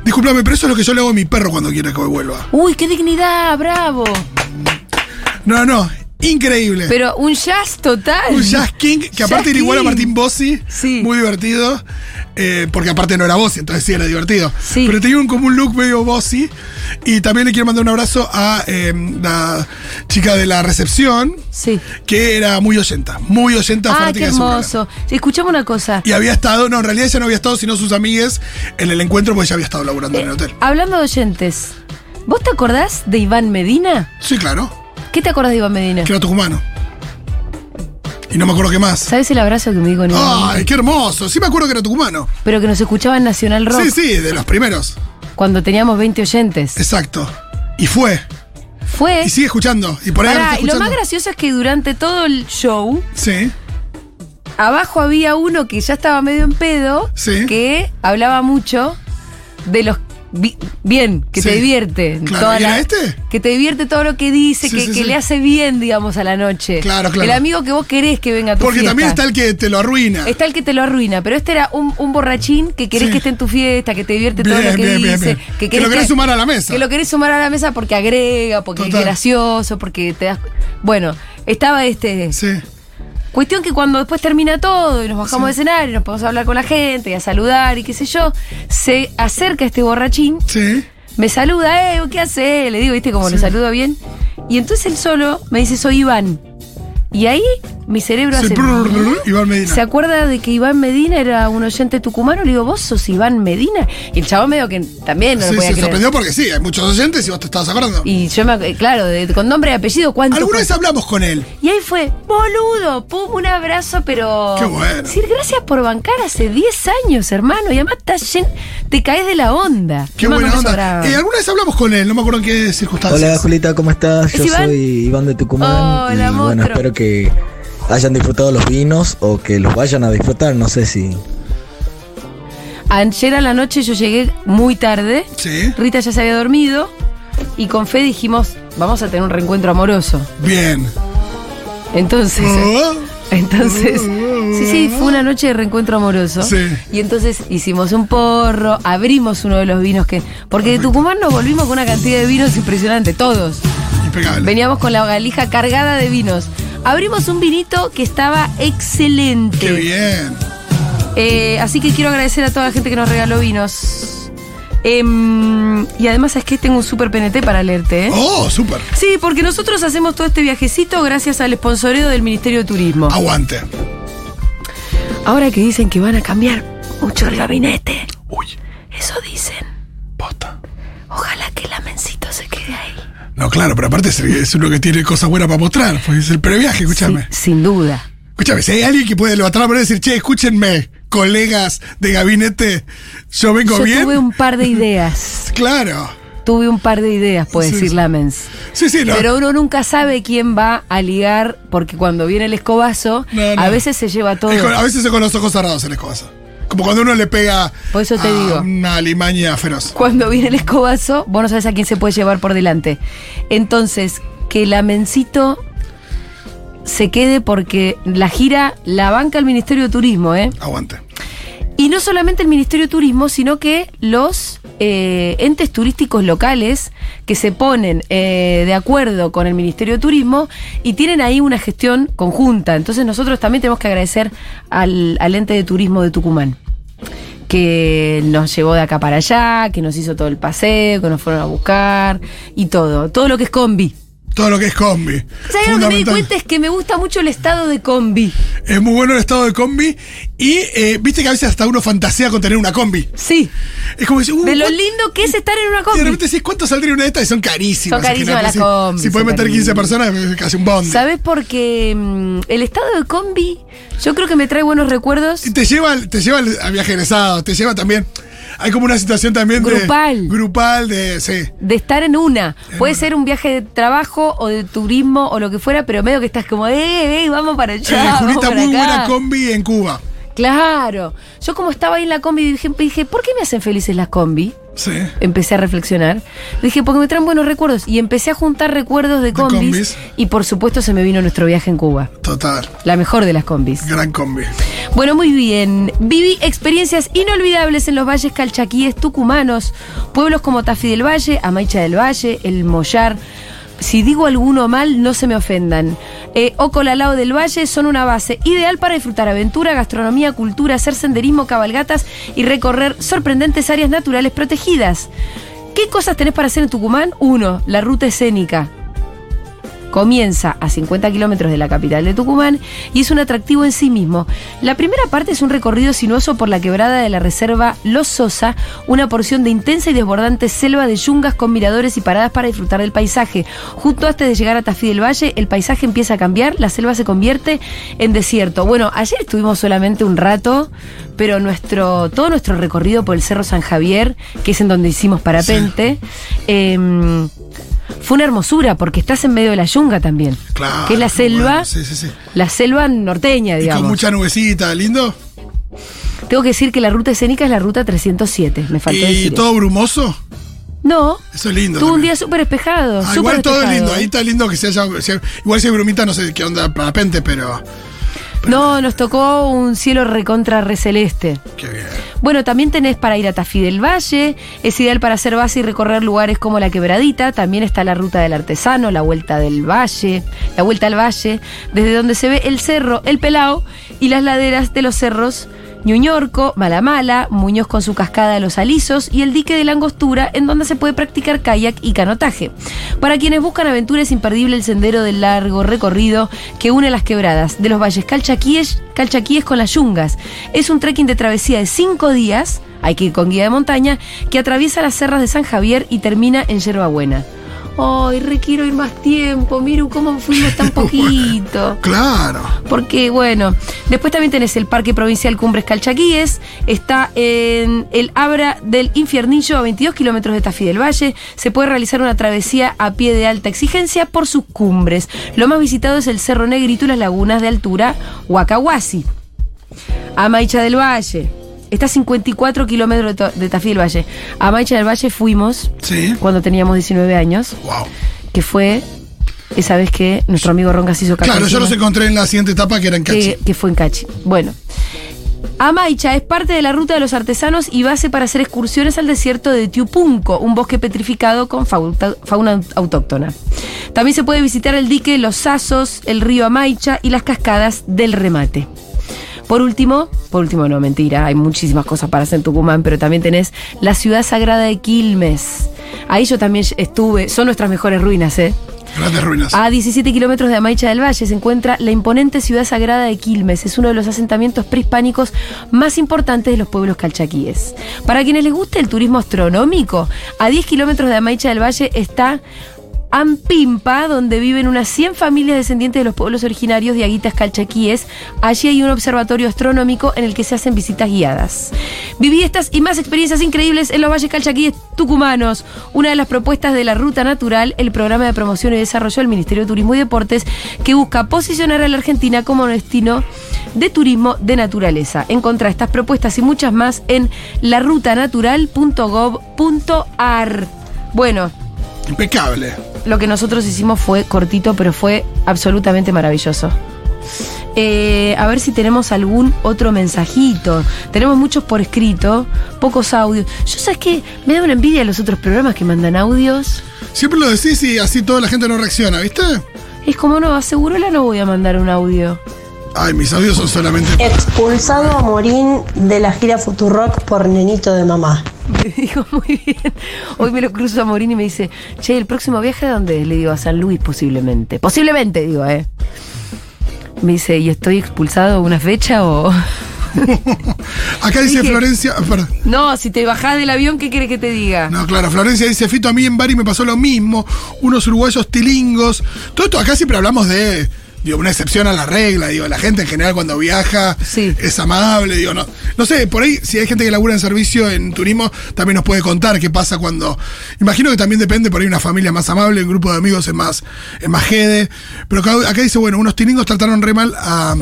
Speaker 2: Disculpame, pero eso es lo que yo le hago a mi perro cuando quiere que vuelva.
Speaker 1: Uy, qué dignidad, bravo.
Speaker 2: No, no, increíble.
Speaker 1: Pero un jazz total.
Speaker 2: un Jazz King, que aparte
Speaker 1: Jazz
Speaker 2: era igual a
Speaker 1: King.
Speaker 2: Martín Bossi,
Speaker 1: Sí.
Speaker 2: muy divertido, eh, porque aparte no era Bossi, entonces sí era divertido.
Speaker 1: Sí.
Speaker 2: Pero tenía un, como un look medio Bossi, y también le quiero mandar un abrazo a eh, la chica de la recepción,
Speaker 1: Sí.
Speaker 2: que era muy oyenta, muy oyenta,
Speaker 1: Ah,
Speaker 2: fanática
Speaker 1: qué
Speaker 2: de su programa.
Speaker 1: hermoso. Escuchame una cosa.
Speaker 2: Y había estado, no, en realidad ella no había estado, sino sus amigas en el encuentro, porque ella había estado laburando en el hotel.
Speaker 1: Hablando de oyentes, ¿vos te acordás de Iván Medina?
Speaker 2: Sí, claro,
Speaker 1: ¿Qué te acordás de Iván Medina?
Speaker 2: que era tucumano. Y no me acuerdo qué más.
Speaker 1: ¿Sabes el abrazo que me dijo Iván?
Speaker 2: ¡Ay, qué hermoso! Sí me acuerdo que era tucumano.
Speaker 1: Pero que nos escuchaba en Nacional Rock
Speaker 2: Sí, sí, de los primeros.
Speaker 1: cuando teníamos 20 oyentes.
Speaker 2: Exacto. Y fue.
Speaker 1: Fue.
Speaker 2: Y sigue escuchando. Y por ahí
Speaker 1: Pará,
Speaker 2: ahora
Speaker 1: y
Speaker 2: está
Speaker 1: lo más
Speaker 2: escuchando.
Speaker 1: gracioso es que durante todo el show,
Speaker 2: Sí.
Speaker 1: abajo había uno que ya estaba medio en pedo,
Speaker 2: Sí.
Speaker 1: que hablaba mucho de los bi- bien, que
Speaker 2: Sí.
Speaker 1: te divierte.
Speaker 2: Claro, ¿y era este?
Speaker 1: Que te divierte todo lo que dice,
Speaker 2: Sí,
Speaker 1: que,
Speaker 2: sí,
Speaker 1: que
Speaker 2: sí.
Speaker 1: le hace bien, digamos, a la noche.
Speaker 2: Claro, claro.
Speaker 1: El amigo que vos querés que venga a tu
Speaker 2: Porque
Speaker 1: fiesta.
Speaker 2: también está el que te lo arruina.
Speaker 1: Está el que te lo arruina, pero este era un, un borrachín que querés
Speaker 2: Sí.
Speaker 1: que esté en tu fiesta, que te divierte todo
Speaker 2: Bien,
Speaker 1: lo que
Speaker 2: bien,
Speaker 1: dice.
Speaker 2: bien, bien.
Speaker 1: Que,
Speaker 2: Que lo querés sumar a la mesa.
Speaker 1: Que lo querés sumar a la mesa porque agrega, porque
Speaker 2: Total.
Speaker 1: es gracioso, porque te das. Bueno, estaba este.
Speaker 2: Sí.
Speaker 1: Cuestión que cuando después termina todo y nos bajamos de escenario y nos podemos hablar con la gente y a saludar y qué sé yo, se acerca este borrachín,
Speaker 2: Sí.
Speaker 1: me saluda, eh, ¿qué hace? Le digo, ¿viste? Como lo saludo bien. Y entonces él solo me dice, soy Iván. Y ahí mi cerebro
Speaker 2: Sí,
Speaker 1: hace.
Speaker 2: brr, brr, brr, Iván Medina.
Speaker 1: ¿Se acuerda de que Iván Medina era un oyente tucumano? Le digo, ¿vos sos Iván Medina? Y el chabón medio que también no
Speaker 2: Sí,
Speaker 1: lo podía
Speaker 2: se
Speaker 1: creer.
Speaker 2: sorprendió porque sí, hay muchos oyentes y vos te estabas acordando.
Speaker 1: Y yo me ac- claro, de- con nombre y apellido, ¿cuánto?
Speaker 2: Alguna vez hablamos con él.
Speaker 1: Y ahí fue, boludo, pum, un abrazo, pero.
Speaker 2: Qué bueno.
Speaker 1: Sí, gracias por bancar hace 10 años, hermano. Y además estás llen- te caes de la onda.
Speaker 2: Qué
Speaker 1: Te mando
Speaker 2: buena
Speaker 1: un beso
Speaker 2: onda.
Speaker 1: bravo.
Speaker 2: Eh, alguna vez hablamos con él, no me acuerdo en qué circunstancias.
Speaker 4: Hola Julita, ¿cómo estás?
Speaker 1: ¿Es
Speaker 4: Yo
Speaker 1: Iván?
Speaker 4: soy Iván de Tucumán
Speaker 1: Hola,
Speaker 4: y bueno,
Speaker 1: monstruo.
Speaker 4: espero que hayan disfrutado los vinos o que los vayan a disfrutar, no sé si
Speaker 1: Ayer a la noche yo llegué muy tarde.
Speaker 2: Sí.
Speaker 1: Rita ya se había dormido. Y con fe dijimos, vamos a tener un reencuentro amoroso.
Speaker 2: Bien.
Speaker 1: Entonces.
Speaker 2: Oh.
Speaker 1: Entonces, sí, sí, fue una noche de reencuentro amoroso.
Speaker 2: Sí.
Speaker 1: Y entonces hicimos un porro, abrimos uno de los vinos que. Porque de Tucumán nos volvimos con una cantidad de vinos impresionante, todos.
Speaker 2: Impecable.
Speaker 1: Veníamos con la galija cargada de vinos. Abrimos un vinito que estaba excelente.
Speaker 2: Qué bien.
Speaker 1: Eh, así que quiero agradecer a toda la gente que nos regaló vinos. Em, y además es que tengo un super PNT para leerte, ¿eh?
Speaker 2: Oh, súper.
Speaker 1: Sí, porque nosotros hacemos todo este viajecito gracias al sponsoreo del Ministerio de Turismo.
Speaker 2: Aguante.
Speaker 1: Ahora que dicen que van a cambiar mucho el gabinete,
Speaker 2: Uy,
Speaker 1: eso dicen.
Speaker 2: posta.
Speaker 1: Ojalá que el amencito se quede ahí.
Speaker 2: No, claro, pero aparte es, es uno que tiene cosas buenas para mostrar. Pues es el previaje, escúchame.
Speaker 1: Sí, sin duda.
Speaker 2: Escúchame, si hay alguien que puede levantar la mano y decir, che, escúchenme, colegas de gabinete, yo vengo
Speaker 1: Yo
Speaker 2: bien.
Speaker 1: tuve un par de ideas.
Speaker 2: Claro.
Speaker 1: tuve un par de ideas, puede
Speaker 2: Sí,
Speaker 1: decir
Speaker 2: sí.
Speaker 1: Lamens.
Speaker 2: Sí, sí, no.
Speaker 1: Pero uno nunca sabe quién va a ligar, porque cuando viene el escobazo,
Speaker 2: No, no.
Speaker 1: a veces se lleva todo.
Speaker 2: Es con- a veces es con los ojos cerrados en las cosas. Como cuando uno le pega
Speaker 1: Por eso te
Speaker 2: a
Speaker 1: digo.
Speaker 2: una alimaña feroz.
Speaker 1: Cuando viene el escobazo, vos no sabes a quién se puede llevar por delante. Entonces, que la Mencito se quede porque la gira la banca el Ministerio de Turismo, ¿eh?
Speaker 2: Aguante.
Speaker 1: Y no solamente el Ministerio de Turismo, sino que los eh, entes turísticos locales que se ponen eh, de acuerdo con el Ministerio de Turismo y tienen ahí una gestión conjunta. Entonces nosotros también tenemos que agradecer al, al ente de turismo de Tucumán que nos llevó de acá para allá, que nos hizo todo el paseo, que nos fueron a buscar y todo, todo lo que es combi.
Speaker 2: Todo lo que es combi.
Speaker 1: ¿Sabes lo que me di
Speaker 2: Fundamental.
Speaker 1: cuenta? Es que me gusta mucho el estado de combi.
Speaker 2: Es muy bueno el estado de combi. Y eh, viste que a veces hasta uno fantasea con tener una combi.
Speaker 1: Sí,
Speaker 2: Es como decir, uh,
Speaker 1: de lo
Speaker 2: ¿cuánto-
Speaker 1: lindo que es estar en una
Speaker 2: Y de
Speaker 1: combi.
Speaker 2: repente decís, ¿cuánto saldría una de estas? Y son carísimas.
Speaker 1: Son carísimas
Speaker 2: imagínate,
Speaker 1: las
Speaker 2: pues si-
Speaker 1: combis,
Speaker 2: Si puedes
Speaker 1: son
Speaker 2: meter 15
Speaker 1: carísimas.
Speaker 2: personas, es casi un bond.
Speaker 1: ¿Sabes? Porque mm, el estado de combi, yo creo que me trae buenos recuerdos.
Speaker 2: Y te lleva, al- te lleva al- a viaje egresado, te lleva también. Hay como una situación también de-
Speaker 1: Grupal.
Speaker 2: Grupal, de. Sí. Eh,
Speaker 1: De estar en una. Puede ser un viaje de trabajo o de turismo o lo que fuera, pero medio que estás como, eh, eh, vamos para allá.
Speaker 2: Eh,
Speaker 1: vamos
Speaker 2: Julita,
Speaker 1: para
Speaker 2: muy
Speaker 1: acá".
Speaker 2: buena combi en Cuba.
Speaker 1: Claro. Yo como estaba ahí en la combi, dije, dije, ¿por qué me hacen felices las combi?
Speaker 2: Sí.
Speaker 1: Empecé a reflexionar. Dije, porque me traen buenos recuerdos. Y empecé a juntar recuerdos de combis.
Speaker 2: combis.
Speaker 1: Y por supuesto se me vino nuestro viaje en Cuba.
Speaker 2: Total.
Speaker 1: La mejor de las combis.
Speaker 2: Gran combi.
Speaker 1: Bueno, muy bien. Viví experiencias inolvidables en los valles calchaquíes tucumanos, pueblos como Tafí del Valle, Amaicha del Valle, El Mollar. Si digo alguno mal, no se me ofendan. Eh, Ocolalao del Valle son una base ideal para disfrutar aventura, gastronomía, cultura, hacer senderismo, cabalgatas y recorrer sorprendentes áreas naturales protegidas. ¿Qué cosas tenés para hacer en Tucumán? Uno, la ruta escénica comienza a 50 kilómetros de la capital de Tucumán y es un atractivo en sí mismo. La primera parte es un recorrido sinuoso por la quebrada de la reserva Los Sosa, una porción de intensa y desbordante selva de yungas con miradores y paradas para disfrutar del paisaje. Justo antes de llegar a Tafí del Valle, el paisaje empieza a cambiar, la selva se convierte en desierto. Bueno, ayer estuvimos solamente un rato, pero nuestro todo nuestro recorrido por el Cerro San Javier, que es en donde hicimos parapente, em, fue una hermosura porque estás en medio de la yunga también.
Speaker 2: Claro.
Speaker 1: Que es la
Speaker 2: qué
Speaker 1: selva,
Speaker 2: bueno. Sí, sí, sí.
Speaker 1: la selva norteña,
Speaker 2: Y
Speaker 1: digamos.
Speaker 2: con mucha nubecita, lindo.
Speaker 1: Tengo que decir que la ruta escénica es la ruta 307. Me faltó
Speaker 2: Y
Speaker 1: decir.
Speaker 2: todo brumoso.
Speaker 1: No,
Speaker 2: Eso es lindo.
Speaker 1: tuvo un
Speaker 2: también.
Speaker 1: día súper espejado.
Speaker 2: Ah,
Speaker 1: súper
Speaker 2: igual todo
Speaker 1: despejado,
Speaker 2: lindo,
Speaker 1: ¿eh?
Speaker 2: ahí está lindo que se haya. se- igual si hay brumita, no sé qué onda parapente, pero.
Speaker 1: No, nos tocó un cielo recontra receleste.
Speaker 2: Qué bien.
Speaker 1: Bueno, también tenés para ir a Tafí del Valle, es ideal para hacer base y recorrer lugares como La Quebradita, también está la Ruta del Artesano, la Vuelta del Valle, la Vuelta al Valle, desde donde se ve el cerro, el Pelao y las laderas de los cerros Ñuñorco, Malamala, Muñoz con su cascada de los alisos y el dique de la angostura en donde se puede practicar kayak y canotaje. Para quienes buscan aventura es imperdible el sendero del largo recorrido que une las quebradas de los valles calchaquíes, calchaquíes con las yungas. Es un trekking de travesía de cinco días, hay que ir con guía de montaña, que atraviesa las serras de San Javier y termina en Yerba Buena. Ay, requiero ir más tiempo, miru cómo fuimos tan poquito.
Speaker 2: Claro.
Speaker 1: Porque, bueno, después también tenés el Parque Provincial Cumbres Calchaquíes, está en el Abra del Infiernillo, a 22 kilómetros de Tafí del Valle. Se puede realizar una travesía a pie de alta exigencia por sus cumbres. Lo más visitado es el Cerro Negrito y las lagunas de altura Huacahuasi. Amaicha del Valle. Está a 54 kilómetros de, Ta- de Tafí del Valle. A Amaicha del Valle fuimos
Speaker 2: Sí.
Speaker 1: cuando teníamos 19 años,
Speaker 2: Wow.
Speaker 1: que fue esa vez que nuestro amigo Roncas hizo caca
Speaker 2: Claro, yo
Speaker 1: encima
Speaker 2: los encontré en la siguiente etapa que era en Cachi.
Speaker 1: que, que fue en Cachi. Bueno. Amaicha es parte de la ruta de los artesanos y base para hacer excursiones al desierto de Tiupunco, un bosque petrificado con fauta- fauna autóctona. También se puede visitar el dique, los sazos, el río Amaicha y las cascadas del remate. Por último, por último no, mentira, hay muchísimas cosas para hacer en Tucumán, pero también tenés la ciudad sagrada de Quilmes. Ahí yo también estuve, son nuestras mejores ruinas, ¿eh?
Speaker 2: Grandes ruinas.
Speaker 1: A 17 kilómetros de Amaicha del Valle se encuentra la imponente ciudad sagrada de Quilmes. Es uno de los asentamientos prehispánicos más importantes de los pueblos calchaquíes. Para quienes les guste el turismo astronómico, a 10 kilómetros de Amaicha del Valle está Ampimpa, donde viven unas 100 familias descendientes de los pueblos originarios de Aguitas Calchaquíes. Allí hay un observatorio astronómico en el que se hacen visitas guiadas. Viví estas y más experiencias increíbles en los valles calchaquíes tucumanos. Una de las propuestas de la Ruta Natural, el programa de promoción y desarrollo del Ministerio de Turismo y Deportes, que busca posicionar a la Argentina como destino de turismo de naturaleza. Encontrá estas propuestas y muchas más en larutanatural.gov.ar. Bueno,
Speaker 2: Impecable.
Speaker 1: lo que nosotros hicimos fue cortito, pero fue absolutamente maravilloso. Eh, a ver si tenemos algún otro mensajito. Tenemos muchos por escrito, pocos audios. Yo sabes que me da una envidia los otros programas que mandan audios.
Speaker 2: Siempre lo decís y así toda la gente no reacciona, ¿viste?
Speaker 1: Es como no, a Segurola no voy a mandar un audio.
Speaker 2: Ay, mis audios son solamente.
Speaker 5: Expulsado a Morín de la gira Futurock por nenito de mamá.
Speaker 1: Me dijo muy bien. Hoy me lo cruzo a Morín y me dice, che, ¿el próximo viaje a dónde? es?". Le digo, a San Luis posiblemente. Posiblemente, digo, eh. Me dice, ¿y estoy expulsado una fecha o...?
Speaker 2: Acá dice
Speaker 1: Dije-
Speaker 2: Florencia. ah, perdón.
Speaker 1: No, si te bajás del avión, ¿qué quieres que te diga?
Speaker 2: No, claro, Florencia dice, Fito, a mí en Bari me pasó lo mismo, unos uruguayos tilingos. Todo esto acá siempre hablamos de, digo, una excepción a la regla, digo, la gente en general cuando viaja
Speaker 1: Sí.
Speaker 2: es amable, digo, no. No sé, por ahí, si hay gente que labura en servicio, en turismo, también nos puede contar qué pasa cuando. Imagino que también depende, por ahí una familia más amable, un grupo de amigos es más, es más jede. Pero acá, acá dice, bueno, unos tilingos trataron re mal a-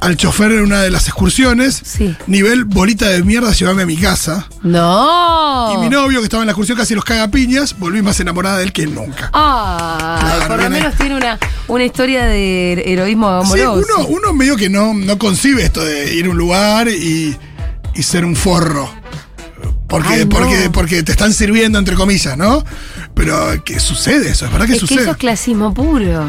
Speaker 2: Al chofer en una de las excursiones,
Speaker 1: Sí.
Speaker 2: nivel bolita de mierda, llévame a mi casa.
Speaker 1: No.
Speaker 2: Y mi novio, que estaba en la excursión, casi los caga a piñas, volví más enamorada de él que nunca.
Speaker 1: Ah,
Speaker 2: Claro,
Speaker 1: por lo
Speaker 2: viene-
Speaker 1: menos tiene una, una historia de her- heroísmo
Speaker 2: Sí,
Speaker 1: amoroso.
Speaker 2: uno, uno medio que no, no concibe esto de ir a un lugar y, y ser un forro. Porque,
Speaker 1: Ay, no.
Speaker 2: porque, porque te están sirviendo, entre comillas, ¿no? Pero que sucede eso, es verdad que
Speaker 1: es que
Speaker 2: sucede.
Speaker 1: eso es clasismo puro.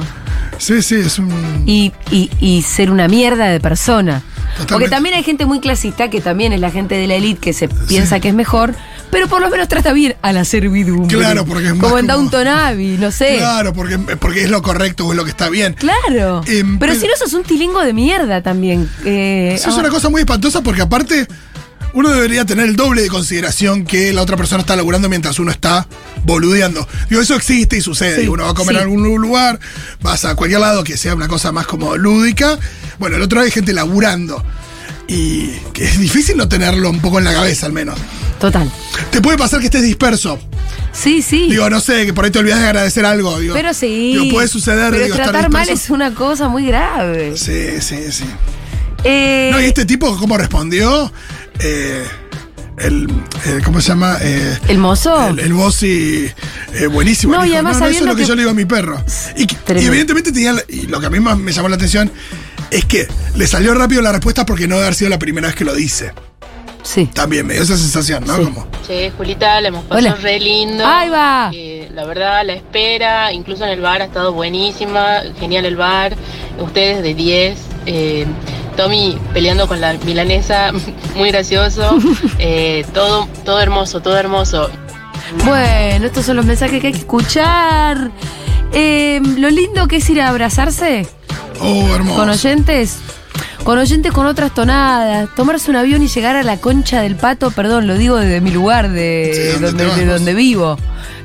Speaker 2: Sí, sí, es un.
Speaker 1: Y, y- y ser una mierda de persona.
Speaker 2: Totalmente.
Speaker 1: Porque también hay gente muy clasista que también es la gente de la elite que se piensa que es mejor, pero por lo menos trata bien a la servidumbre.
Speaker 2: Claro, porque es más
Speaker 1: Como en
Speaker 2: como-
Speaker 1: Downton Abbey, no sé.
Speaker 2: Claro, porque, porque es lo correcto o es lo que está bien.
Speaker 1: Claro.
Speaker 2: Em,
Speaker 1: pero
Speaker 2: pero-
Speaker 1: si no sos un tilingo de mierda también. eh,
Speaker 2: Eso es
Speaker 1: ah.
Speaker 2: una cosa muy espantosa porque aparte uno debería tener el doble de consideración que la otra persona está laburando mientras uno está boludeando. Digo, eso existe y sucede.
Speaker 1: Sí,
Speaker 2: Digo, uno va a comer
Speaker 1: sí.
Speaker 2: a algún lugar, vas a cualquier lado que sea una cosa más como lúdica. Bueno, el otro hay gente laburando. Y que es difícil no tenerlo un poco en la cabeza al menos.
Speaker 1: Total.
Speaker 2: Te puede pasar que estés disperso.
Speaker 1: Sí, sí.
Speaker 2: Digo, no sé, que por ahí te olvidas de agradecer algo. Digo,
Speaker 1: pero sí.
Speaker 2: Digo, puede suceder.
Speaker 1: Pero
Speaker 2: digo, estar
Speaker 1: tratar mal es
Speaker 2: disperso.
Speaker 1: una cosa muy grave.
Speaker 2: Sí, sí, sí.
Speaker 1: Eh,
Speaker 2: No, y este tipo, ¿cómo respondió? Eh, el, eh, ¿Cómo se llama? Eh,
Speaker 1: El mozo.
Speaker 2: el, el Bossi, eh, buenísimo.
Speaker 1: Oh. No,
Speaker 2: Dijo,
Speaker 1: y además
Speaker 2: no, no, eso es
Speaker 1: sabiendo
Speaker 2: lo que,
Speaker 1: que-
Speaker 2: yo le digo a mi perro. Y, que-
Speaker 1: Tremendo.
Speaker 2: y evidentemente tenía, la- y lo que a mí más me llamó la atención es que le salió rápido la respuesta porque no debe haber sido la primera vez que lo dice.
Speaker 1: Sí.
Speaker 2: También me dio esa sensación, ¿no?
Speaker 1: Sí.
Speaker 2: Como,
Speaker 6: Che, Julita, la hemos pasado
Speaker 1: Hola.
Speaker 6: re lindo.
Speaker 1: Ahí va.
Speaker 6: Eh, la verdad, la espera, incluso en el bar ha estado buenísima, genial el bar. Ustedes de 10. eh, Tommy peleando con la milanesa, muy gracioso. Eh, todo, todo hermoso, todo hermoso.
Speaker 1: Bueno, estos son los mensajes que hay que escuchar. Eh, lo lindo que es ir a abrazarse
Speaker 2: oh, hermoso.
Speaker 1: con oyentes. Con oyentes con otras tonadas, tomarse un avión y llegar a la concha del pato, perdón, lo digo desde mi lugar, de,
Speaker 2: Sí,
Speaker 1: donde,
Speaker 2: ¿dónde te vas
Speaker 1: de
Speaker 2: vos?
Speaker 1: donde vivo.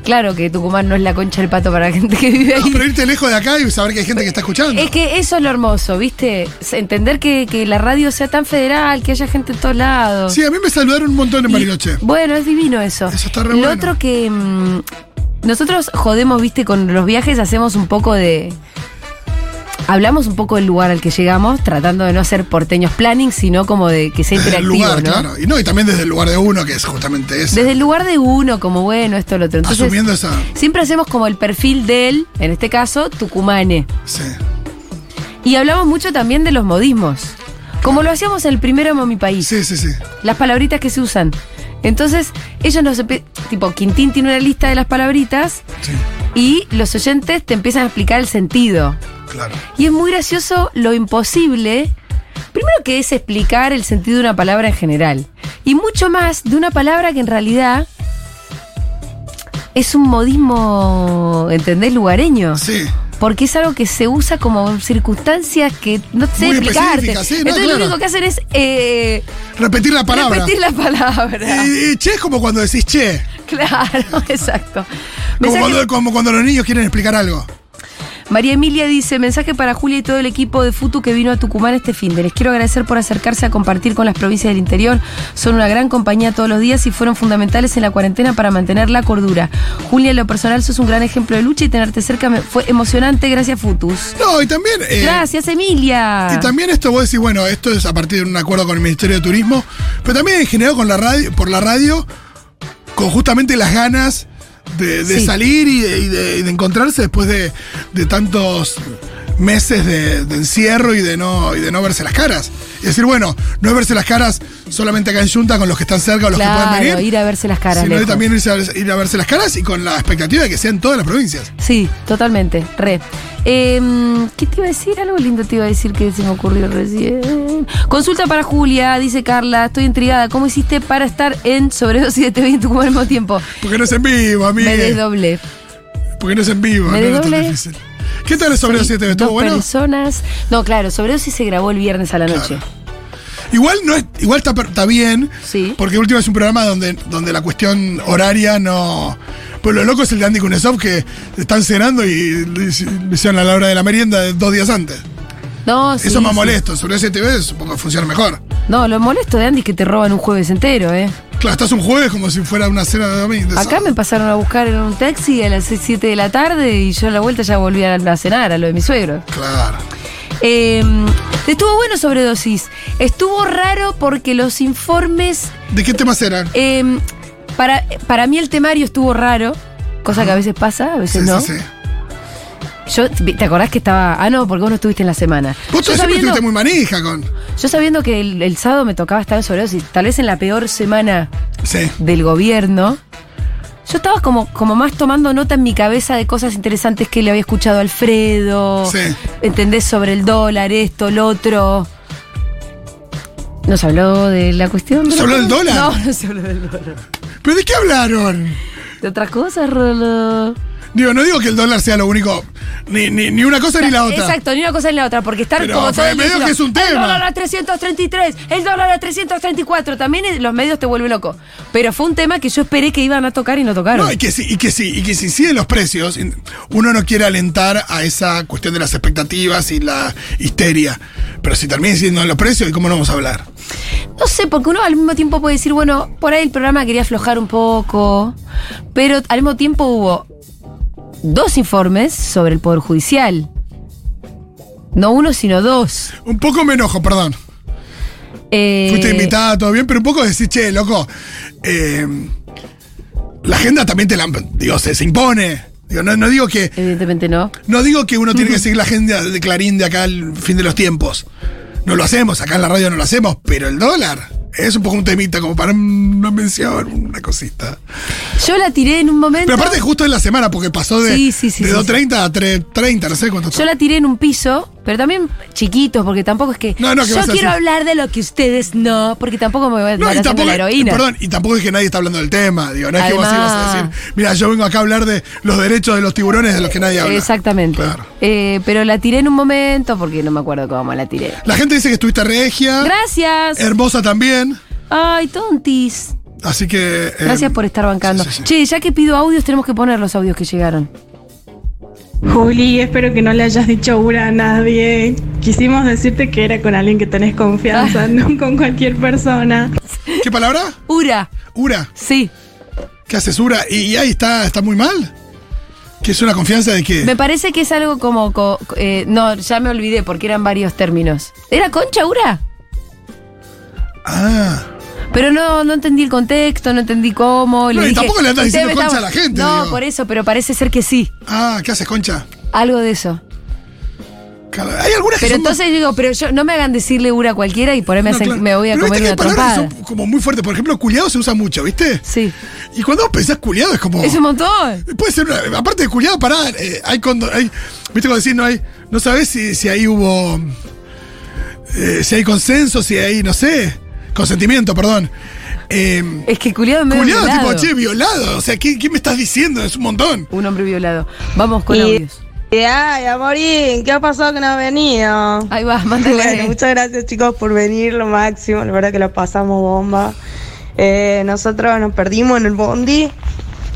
Speaker 1: Claro que Tucumán no es la concha del pato para la gente que vive ahí.
Speaker 2: No, pero irte lejos de acá y saber que hay gente que está escuchando.
Speaker 1: Es que eso es lo hermoso, ¿viste? Es Entender que, que la radio sea tan federal, que haya gente en todos lados.
Speaker 2: Sí, a mí me saludaron un montón en
Speaker 1: Y-
Speaker 2: Bariloche.
Speaker 1: Bueno, es divino eso.
Speaker 2: Eso está re
Speaker 1: Lo
Speaker 2: bueno.
Speaker 1: otro que. mm, nosotros jodemos, viste, con los viajes, hacemos un poco de. Hablamos un poco del lugar al que llegamos, tratando de no hacer porteños planning, sino como de que sea
Speaker 2: Desde el
Speaker 1: interactivo,
Speaker 2: lugar,
Speaker 1: ¿no?
Speaker 2: claro. Y no, y también desde el lugar de uno, que es justamente eso.
Speaker 1: Desde el lugar de uno, como bueno, esto, lo otro. Entonces,
Speaker 2: Asumiendo esa.
Speaker 1: siempre hacemos como el perfil de él, en este caso, Tucumane.
Speaker 2: Sí.
Speaker 1: Y hablamos mucho también de los modismos. Como lo hacíamos en el primero Amo Mi País.
Speaker 2: Sí, sí, sí.
Speaker 1: las palabritas que se usan. Entonces, ellos nos. empe- Tipo, Quintín tiene una lista de las palabritas
Speaker 2: Sí,
Speaker 1: y los oyentes te empiezan a explicar el sentido.
Speaker 2: claro.
Speaker 1: Y es muy gracioso lo imposible. Primero que es explicar el sentido de una palabra en general. Y mucho más de una palabra que en realidad es un modismo, ¿entendés? Lugareño.
Speaker 2: Sí.
Speaker 1: Porque es algo que se usa como en circunstancias que no sé
Speaker 2: Muy
Speaker 1: explicarte.
Speaker 2: específicas, sí, no,
Speaker 1: Entonces
Speaker 2: claro.
Speaker 1: lo único que hacen es eh,
Speaker 2: Repetir la palabra.
Speaker 1: repetir la palabra.
Speaker 2: Eh, eh, che es como cuando decís che.
Speaker 1: Claro, exacto.
Speaker 2: Como
Speaker 1: Mensaje-
Speaker 2: cuando, como cuando los niños quieren explicar algo.
Speaker 1: María Emilia dice, mensaje para Julia y todo el equipo de Futu que vino a Tucumán este fin de. Les quiero agradecer por acercarse a compartir con las provincias del interior. Son una gran compañía todos los días y fueron fundamentales en la cuarentena para mantener la cordura. Julia, en lo personal, sos un gran ejemplo de lucha y tenerte cerca me- fue emocionante. Gracias, Futus.
Speaker 2: No, y también. eh,
Speaker 1: Gracias, Emilia.
Speaker 2: Y también esto vos decís, bueno, esto es a partir de un acuerdo con el Ministerio de Turismo, pero también en general con la radio, por la radio, con justamente las ganas de, de
Speaker 1: Sí.
Speaker 2: salir y de, y de- y de encontrarse después de, de tantos meses de, de encierro y de no y de no verse las caras. Y decir, bueno, no es verse las caras solamente acá en Junta con los que están cerca o los que pueden
Speaker 1: Claro,
Speaker 2: venir.
Speaker 1: ir a verse las caras.
Speaker 2: sino
Speaker 1: lejos.
Speaker 2: también irse a, ir a verse las caras y con la expectativa de que sean todas las provincias.
Speaker 1: Sí, totalmente, re. Em, ¿Qué te iba a decir? Algo lindo te iba a decir que se me ocurrió recién. Consulta para Julia, dice Carla, estoy intrigada. ¿Cómo hiciste para estar en sobredosis de TV y en Tucumán al mismo tiempo?
Speaker 2: Porque no es en vivo, amigo.
Speaker 1: Me desdoblé.
Speaker 2: Porque no es en vivo,
Speaker 1: Me
Speaker 2: no es tan
Speaker 1: desdoblé.
Speaker 2: difícil. ¿Qué tal el sobre
Speaker 1: Soy
Speaker 2: 7?
Speaker 1: dos
Speaker 2: ¿Estuvo bueno?
Speaker 1: personas. No, claro, sobredosis se grabó el viernes a la noche.
Speaker 2: Igual no es, igual está, per- está bien,
Speaker 1: Sí.
Speaker 2: porque último es un programa donde, donde la cuestión horaria no. Pues lo loco es el de Andy Kunesov que están cenando y le hici- le hicieron a la hora de la merienda de dos días antes.
Speaker 1: No, sí,
Speaker 2: Eso es más
Speaker 1: sí.
Speaker 2: molesto. Sobre ese TV supongo que funciona mejor.
Speaker 1: No, lo molesto de Andy es que te roban un jueves entero, ¿eh?
Speaker 2: Claro, estás un jueves como si fuera una cena de domingo. de
Speaker 1: Acá
Speaker 2: sábado.
Speaker 1: me pasaron a buscar en un taxi a las 6, 7 de la tarde y yo a la vuelta ya volví a, a cenar, a lo de mi suegro.
Speaker 2: Claro.
Speaker 1: Eh, estuvo bueno sobredosis. Estuvo raro porque los informes.
Speaker 2: ¿De qué temas eran?
Speaker 1: eh, para, para mí el temario estuvo raro, cosa que a veces pasa, a veces no.
Speaker 2: sí.
Speaker 1: Yo, ¿Te acordás que estaba.? Ah, no, porque vos no estuviste en la semana.
Speaker 2: Vos
Speaker 1: yo,
Speaker 2: siempre
Speaker 1: sabiendo,
Speaker 2: estuviste muy manija con.
Speaker 1: yo sabiendo que el, el sábado me tocaba estar en sobredosis, tal vez en la peor semana
Speaker 2: Sí.
Speaker 1: del gobierno. Yo estaba como, como más tomando nota en mi cabeza de cosas interesantes que le había escuchado a Alfredo.
Speaker 2: Sí.
Speaker 1: ¿Entendés? Sobre el dólar, esto, lo otro. ¿Nos habló de la cuestión? de
Speaker 2: ¿Se
Speaker 1: la-
Speaker 2: habló del dólar?
Speaker 1: No, no se habló del dólar.
Speaker 2: ¿Pero de qué hablaron?
Speaker 1: De otra cosa, Rolo.
Speaker 2: Digo, no digo que el dólar sea lo único. Ni, ni, ni una cosa ni la otra.
Speaker 1: Exacto, ni una cosa ni la otra, porque estar
Speaker 2: Pero
Speaker 1: como todo
Speaker 2: fue
Speaker 1: el
Speaker 2: medio
Speaker 1: día
Speaker 2: que es un
Speaker 1: El
Speaker 2: tema".
Speaker 1: dólar a 333, el dólar a 334. También es- los medios te vuelven loco. Pero fue un tema que yo esperé que iban a tocar y no tocaron.
Speaker 2: No, y que, si, y, que si, y que si inciden los precios, in- uno no quiere alentar a esa cuestión de las expectativas y la histeria. Pero si termina incidiendo en los precios, ¿y cómo no vamos a hablar?
Speaker 1: No sé, porque uno al mismo tiempo puede decir, bueno, por ahí el programa quería aflojar un poco, pero al mismo tiempo hubo dos informes sobre el Poder Judicial. No uno, sino dos.
Speaker 2: Un poco me enojo, perdón.
Speaker 1: Eh,
Speaker 2: Fuiste invitada, todo bien, pero un poco decís, che, loco, eh, la agenda también te la, digo, se, se impone. Digo, no, no digo que,
Speaker 1: Evidentemente no.
Speaker 2: no digo que uno tiene que seguir la agenda de Clarín de acá al fin de los tiempos. No lo hacemos, acá en la radio no lo hacemos, pero el dólar es un poco un temita como para una mención, una cosita.
Speaker 1: Yo la tiré en un momento.
Speaker 2: Pero aparte justo en la semana, porque pasó de,
Speaker 1: Sí, sí, sí,
Speaker 2: de
Speaker 1: sí,
Speaker 2: 2.30 a 3.30, no sé cuánto.
Speaker 1: Yo la tiré en un piso, pero también chiquitos, porque tampoco es que.
Speaker 2: No, no, ¿qué
Speaker 1: yo
Speaker 2: vas a
Speaker 1: quiero
Speaker 2: decir?
Speaker 1: hablar de lo que ustedes no, porque tampoco me voy a estar
Speaker 2: No, y
Speaker 1: haciendo
Speaker 2: tampoco,
Speaker 1: la heroína.
Speaker 2: y perdón, y tampoco es que nadie está hablando del tema. Digo, no es que vos ibas a
Speaker 1: Además.
Speaker 2: decir, mira, yo vengo acá a hablar de los derechos de los tiburones de los que nadie habla.
Speaker 1: Exactamente.
Speaker 2: Claro.
Speaker 1: Eh, pero la tiré en un momento, porque no me acuerdo cómo la tiré.
Speaker 2: La gente dice que estuviste regia,
Speaker 1: Gracias.
Speaker 2: hermosa también.
Speaker 1: Ay, tontis.
Speaker 2: Así que. eh,
Speaker 1: Gracias por estar bancando.
Speaker 2: sí, sí, sí.
Speaker 1: Che, ya que pido audios, tenemos que poner los audios que llegaron.
Speaker 7: Juli, espero que no le hayas dicho Ura a nadie. Quisimos decirte que era con alguien que tenés confianza, no con cualquier persona.
Speaker 2: ¿Qué palabra?
Speaker 1: Ura,
Speaker 2: Ura.
Speaker 1: sí.
Speaker 2: ¿Qué haces, Ura? Y, y ahí está, está muy mal. Que es una confianza de que.
Speaker 1: Me parece que es algo como. co- co- eh, no, ya me olvidé porque eran varios términos. ¿Era concha, Ura?
Speaker 2: Ah.
Speaker 1: Pero no, no entendí el contexto, no entendí cómo.
Speaker 2: No, y
Speaker 1: dije,
Speaker 2: tampoco le andas
Speaker 1: "Ustedes
Speaker 2: diciendo
Speaker 1: me
Speaker 2: concha
Speaker 1: estaban-".
Speaker 2: a la gente,
Speaker 1: No,
Speaker 2: digo.
Speaker 1: por eso, pero parece ser que sí.
Speaker 2: Ah, ¿qué haces, concha?
Speaker 1: Algo de eso.
Speaker 2: Claro, Hay algunas que
Speaker 1: Pero
Speaker 2: son más-
Speaker 1: entonces digo, pero yo no me hagan decirle Ura a cualquiera y por ahí me,
Speaker 2: No,
Speaker 1: hacen-
Speaker 2: claro.
Speaker 1: me voy a
Speaker 2: Pero
Speaker 1: comer
Speaker 2: viste
Speaker 1: una
Speaker 2: que hay palabras que
Speaker 1: trompada.
Speaker 2: son como muy fuertes. Por ejemplo, culiado se usa mucho, ¿viste?
Speaker 1: Sí.
Speaker 2: Y cuando vos pensás culiado es como.
Speaker 1: Es un montón.
Speaker 2: Puede ser, una- aparte de culiado, pará, eh, hay condo- hay- viste cuando decís no hay, no sabés si, si ahí hubo, eh, si hay consenso, si hay, no sé, consentimiento, perdón. Eh,
Speaker 1: Es que culiado me
Speaker 2: culiado, tipo, che, violado, o sea, ¿qué, qué me estás diciendo? Es un montón.
Speaker 1: Un hombre violado. Vamos con
Speaker 5: Y-
Speaker 1: audios.
Speaker 7: Eh, Ay, amorín, ¿qué ha pasado que no has venido?
Speaker 1: Ahí va, mándale.
Speaker 7: Bueno, muchas gracias chicos por venir, lo máximo, la verdad que la pasamos bomba. Eh, nosotros nos perdimos en el bondi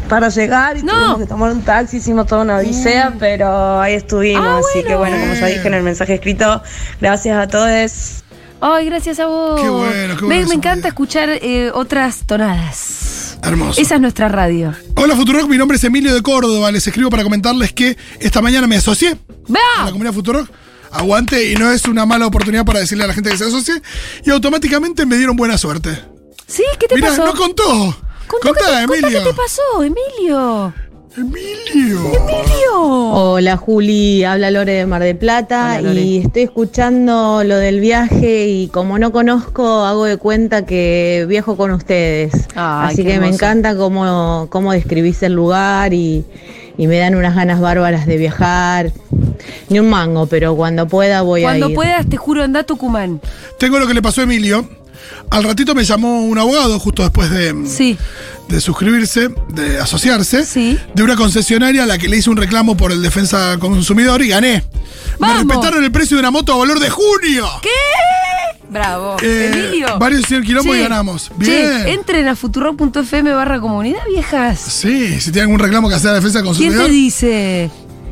Speaker 7: para llegar y
Speaker 1: No.
Speaker 7: tuvimos que tomar un taxi, hicimos toda una odisea, pero ahí estuvimos,
Speaker 1: Ah,
Speaker 7: así que
Speaker 1: bueno.
Speaker 7: Mm. bueno, como ya dije en el mensaje escrito, gracias a todos.
Speaker 1: Ay, gracias a vos.
Speaker 2: Qué bueno, qué
Speaker 1: Me-
Speaker 2: bueno
Speaker 1: Me,
Speaker 2: eso,
Speaker 1: encanta
Speaker 2: María.
Speaker 1: escuchar eh, otras tonadas.
Speaker 2: Hermoso.
Speaker 1: Esa es nuestra radio.
Speaker 2: Hola Futurock, mi nombre es Emilio de Córdoba, les escribo para comentarles que esta mañana me asocié a la
Speaker 1: ¡Va!
Speaker 2: comunidad Futurock. Aguante y no es una mala oportunidad para decirle a la gente que se asocie. Y automáticamente me dieron buena suerte.
Speaker 1: ¿Sí? ¿Qué te
Speaker 2: Mira,
Speaker 1: pasó?
Speaker 2: no contó.
Speaker 1: Contá, qué
Speaker 2: Contá,
Speaker 1: te- contá
Speaker 2: Emilio.
Speaker 1: ¿Qué te pasó, Emilio?
Speaker 2: Emilio.
Speaker 8: Hola Juli, habla Lore de Mar del Plata
Speaker 1: Hola, Lore.
Speaker 8: y estoy escuchando lo del viaje y como no conozco hago de cuenta que viajo con ustedes.
Speaker 1: Ay,
Speaker 8: Así
Speaker 1: qué
Speaker 8: que me
Speaker 1: hermoso.
Speaker 8: encanta cómo, cómo describís el lugar y, y me dan unas ganas bárbaras de viajar. Ni un mango, pero cuando pueda voy a
Speaker 1: Cuando
Speaker 8: ir.
Speaker 1: puedas, te juro, anda a Tucumán.
Speaker 2: Tengo lo que le pasó a Emilio. Al ratito me llamó un abogado justo después de, mm,
Speaker 1: Sí.
Speaker 2: de suscribirse, de asociarse,
Speaker 1: Sí.
Speaker 2: de una concesionaria a la que le hice un reclamo por el defensa consumidor y gané.
Speaker 1: ¡Vamos!
Speaker 2: Me respetaron el precio de una moto a valor de junio.
Speaker 1: Bravo.
Speaker 2: Eh,
Speaker 1: Emilio.
Speaker 2: varios hicieron quilombo
Speaker 1: Che,
Speaker 2: y ganamos.
Speaker 1: che,
Speaker 2: Bien.
Speaker 1: entren a futurock.fm barra comunidad, viejas.
Speaker 2: Sí, si tienen algún reclamo que hacer a la defensa
Speaker 1: ¿Quién te
Speaker 2: consumidor.
Speaker 1: dice?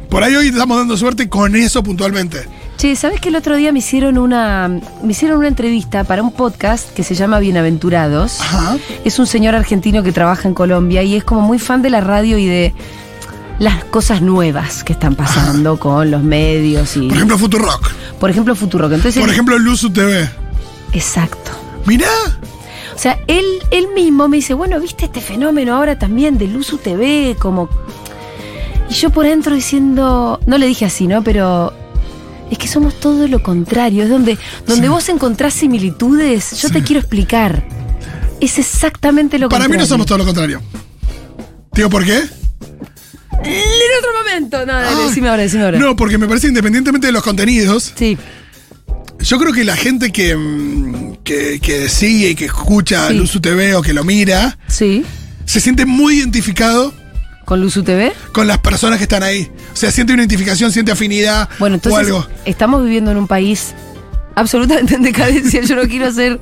Speaker 2: Por ahí hoy estamos dando suerte con eso puntualmente.
Speaker 1: Che, ¿sabes que el otro día me hicieron una me hicieron una entrevista para un podcast que se llama Bienaventurados?
Speaker 2: Ajá.
Speaker 1: Es un señor argentino que trabaja en Colombia y es como muy fan de la radio y de las cosas nuevas que están pasando con los medios y
Speaker 2: Ah. Por ejemplo, Futurock.
Speaker 1: por ejemplo Futurock. Entonces,
Speaker 2: Por
Speaker 1: él-
Speaker 2: ejemplo, Luzu TV.
Speaker 1: exacto.
Speaker 2: Mirá.
Speaker 1: O sea, él, él mismo me dice, bueno, viste este fenómeno ahora también del Luzu TV, como. Y yo por dentro diciendo. No le dije así, ¿no? Pero. Es que somos todo lo contrario. Es donde, donde
Speaker 2: Sí.
Speaker 1: vos encontrás similitudes, yo
Speaker 2: Sí.
Speaker 1: te quiero explicar. Es exactamente lo
Speaker 2: Para mí
Speaker 1: contrario.
Speaker 2: no somos todo lo contrario. Digo, ¿por qué?
Speaker 1: En otro momento. No, dale,
Speaker 2: Ah.
Speaker 1: decime ahora, decime ahora.
Speaker 2: No, porque me parece independientemente de los contenidos,
Speaker 1: Sí,
Speaker 2: yo creo que la gente que, mm, que, que sigue y que escucha
Speaker 1: Sí.
Speaker 2: Luzu TV o que lo mira,
Speaker 1: sí.
Speaker 2: se siente muy identificado
Speaker 1: Con Luzu TV.
Speaker 2: con las personas que están ahí. O sea, siente una identificación, siente afinidad
Speaker 1: Bueno,
Speaker 2: o
Speaker 1: entonces
Speaker 2: algo.
Speaker 1: estamos viviendo en un país absolutamente en decadencia. Yo no quiero hacer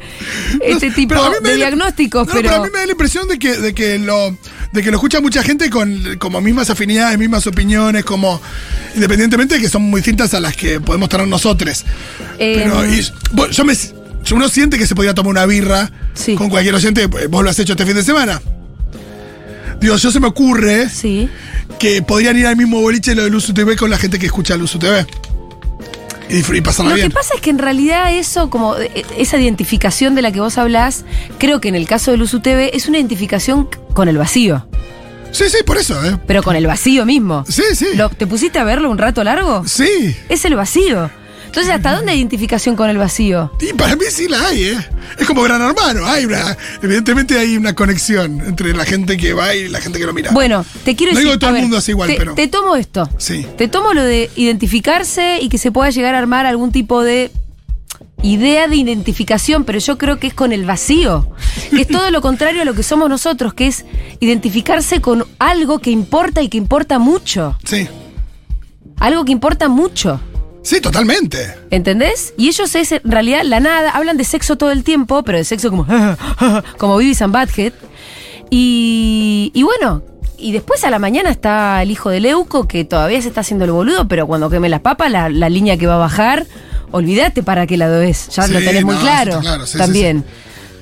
Speaker 1: este
Speaker 2: No,
Speaker 1: tipo
Speaker 2: pero a mí
Speaker 1: de
Speaker 2: me da la-
Speaker 1: diagnósticos,
Speaker 2: no,
Speaker 1: pero...
Speaker 2: a mí me da la impresión de que, de que lo de que lo escucha mucha gente con como mismas afinidades, mismas opiniones, como independientemente de que son muy distintas a las que podemos tener nosotros.
Speaker 1: Eh,
Speaker 2: Pero y- vos- yo me yo- uno siente que se podría tomar una birra
Speaker 1: Sí.
Speaker 2: con cualquier oyente, eh, vos lo has hecho este fin de semana. Digo, yo se me ocurre
Speaker 1: Sí.
Speaker 2: que podrían ir al mismo boliche lo de Luz TV con la gente que escucha Luz TV. Y, disfr- y pasarla
Speaker 1: Lo que
Speaker 2: bien.
Speaker 1: pasa es que en realidad eso, como eh, esa identificación de la que vos hablás, creo que en el caso de Luzu TV es una identificación c- con el vacío,
Speaker 2: Sí, sí, por eso, ¿eh?
Speaker 1: pero con el vacío mismo.
Speaker 2: Sí, sí.
Speaker 1: Lo- ¿Te pusiste a verlo un rato largo?
Speaker 2: Sí.
Speaker 1: Es el vacío. Entonces, ¿hasta dónde hay identificación con el vacío?
Speaker 2: Y para mí sí la hay, ¿eh? Es como Gran Hermano. Hay una, evidentemente hay una conexión entre la gente que va y la gente que lo mira.
Speaker 1: Bueno, te quiero
Speaker 2: No
Speaker 1: decir.
Speaker 2: digo que todo
Speaker 1: a
Speaker 2: el
Speaker 1: ver,
Speaker 2: mundo hace igual,
Speaker 1: te-
Speaker 2: pero-
Speaker 1: Te tomo esto.
Speaker 2: Sí.
Speaker 1: Te tomo lo de identificarse y que se pueda llegar a armar algún tipo de idea de identificación, pero yo creo que es con el vacío, que es todo lo contrario a lo que somos nosotros, que es identificarse con algo que importa y que importa mucho,
Speaker 2: Sí.
Speaker 1: algo que importa mucho.
Speaker 2: Sí, totalmente.
Speaker 1: ¿Entendés? Y ellos es en realidad la nada, hablan de sexo todo el tiempo, pero de sexo como como Vivi and Badhead. Y, y bueno, y después a la mañana está el hijo de Leuco, que todavía se está haciendo el boludo, pero cuando queme las papas, la, la línea que va a bajar, olvídate para qué lado es, ya
Speaker 2: Sí,
Speaker 1: lo tenés muy
Speaker 2: no,
Speaker 1: claro,
Speaker 2: está claro, sí, sí,
Speaker 1: también.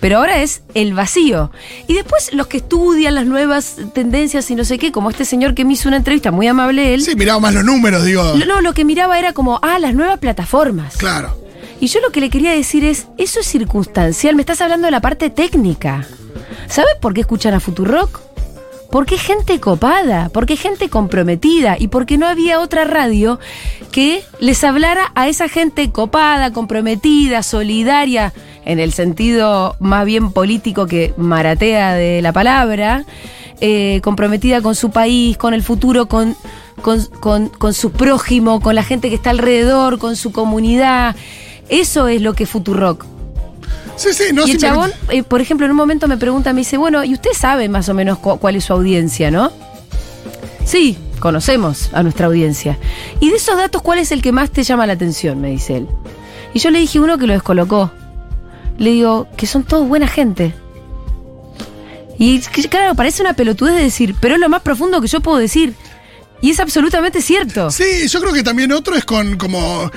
Speaker 1: Pero ahora es el vacío. Y después los que estudian las nuevas tendencias y no sé qué, como este señor que me hizo una entrevista muy amable él.
Speaker 2: Sí, miraba más los números, digo.
Speaker 1: lo- No, lo que miraba era como, ah, las nuevas plataformas.
Speaker 2: Claro.
Speaker 1: Y yo lo que le quería decir es, eso es circunstancial, me estás hablando de la parte técnica. ¿Sabes por qué escuchan a Futurock? Porque es gente copada, porque es gente comprometida y porque no había otra radio que les hablara a esa gente copada, comprometida, solidaria, en el sentido más bien político que maratea de la palabra, eh, comprometida con su país, con el futuro, con, con, con- con su prójimo, con la gente que está alrededor, con su comunidad. Eso es lo que es Futurock.
Speaker 2: Sí, sí, no
Speaker 1: Y el
Speaker 2: simplemente-
Speaker 1: chabón, eh, por ejemplo, en un momento me pregunta, me dice, bueno, y usted sabe más o menos cu- cuál es su audiencia, ¿no? Sí, conocemos a nuestra audiencia. Y de esos datos, ¿cuál es el que más te llama la atención? Me dice él. Y yo le dije uno que lo descolocó. Le digo, que son todos buena gente. Y es que, claro, parece una pelotudez de decir, pero es lo más profundo que yo puedo decir. Y es absolutamente cierto.
Speaker 2: Sí, yo creo que también otro es con como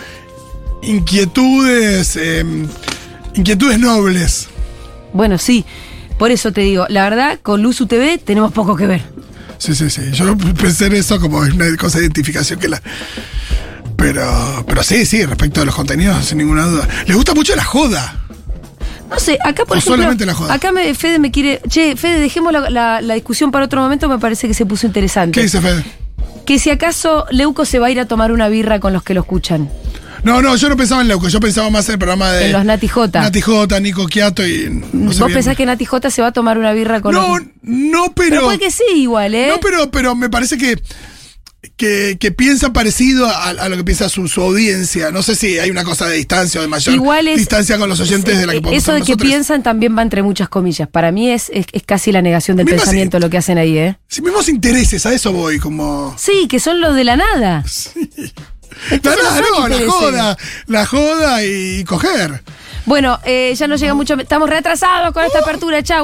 Speaker 2: inquietudes. eh, inquietudes nobles.
Speaker 1: Bueno, sí. Por eso te digo, la verdad, con Luzu TV tenemos poco que ver.
Speaker 2: Sí, sí, sí. Yo pensé en eso como una cosa de identificación que la. Pero, pero sí, sí, respecto a los contenidos, sin ninguna duda. Les gusta mucho la joda.
Speaker 1: No sé, acá por
Speaker 2: O
Speaker 1: ejemplo,
Speaker 2: solamente la joda.
Speaker 1: acá me, Fede me quiere, che, Fede, dejemos la, la- la discusión para otro momento, me parece que se puso interesante.
Speaker 2: ¿Qué dice Fede?
Speaker 1: Que si acaso Leuco se va a ir a tomar una birra con los que lo escuchan.
Speaker 2: No, no, yo no pensaba en Leuco, yo pensaba más en el programa de.
Speaker 1: En los Nati Jota.
Speaker 2: Nati Jota, Nico Quiato y. No sé
Speaker 1: ¿Vos
Speaker 2: bien.
Speaker 1: pensás que Nati J se va a tomar una birra con
Speaker 2: No,
Speaker 1: los...
Speaker 2: no, pero.
Speaker 1: Pero puede que sí igual, ¿eh?
Speaker 2: No, pero, pero me parece que, que, que piensa parecido a, a lo que piensa su, su audiencia. No sé si hay una cosa de distancia o de mayor
Speaker 1: Igual es- eh,
Speaker 2: distancia con los oyentes de la que podemos
Speaker 1: Eso de
Speaker 2: estar
Speaker 1: que
Speaker 2: nosotros.
Speaker 1: piensan también va entre muchas comillas. Para mí es, es, es casi la negación del
Speaker 2: Me parece-
Speaker 1: pensamiento lo que hacen ahí, ¿eh?
Speaker 2: Si mismos intereses, a eso voy, como.
Speaker 1: Sí, que son los de la nada.
Speaker 2: La,
Speaker 1: no
Speaker 2: nada,
Speaker 1: son
Speaker 2: no, la
Speaker 1: intereses.
Speaker 2: joda, la joda y coger. Uh.
Speaker 1: Bueno, eh, ya no llega mucho. Estamos retrasados con esta apertura, chau.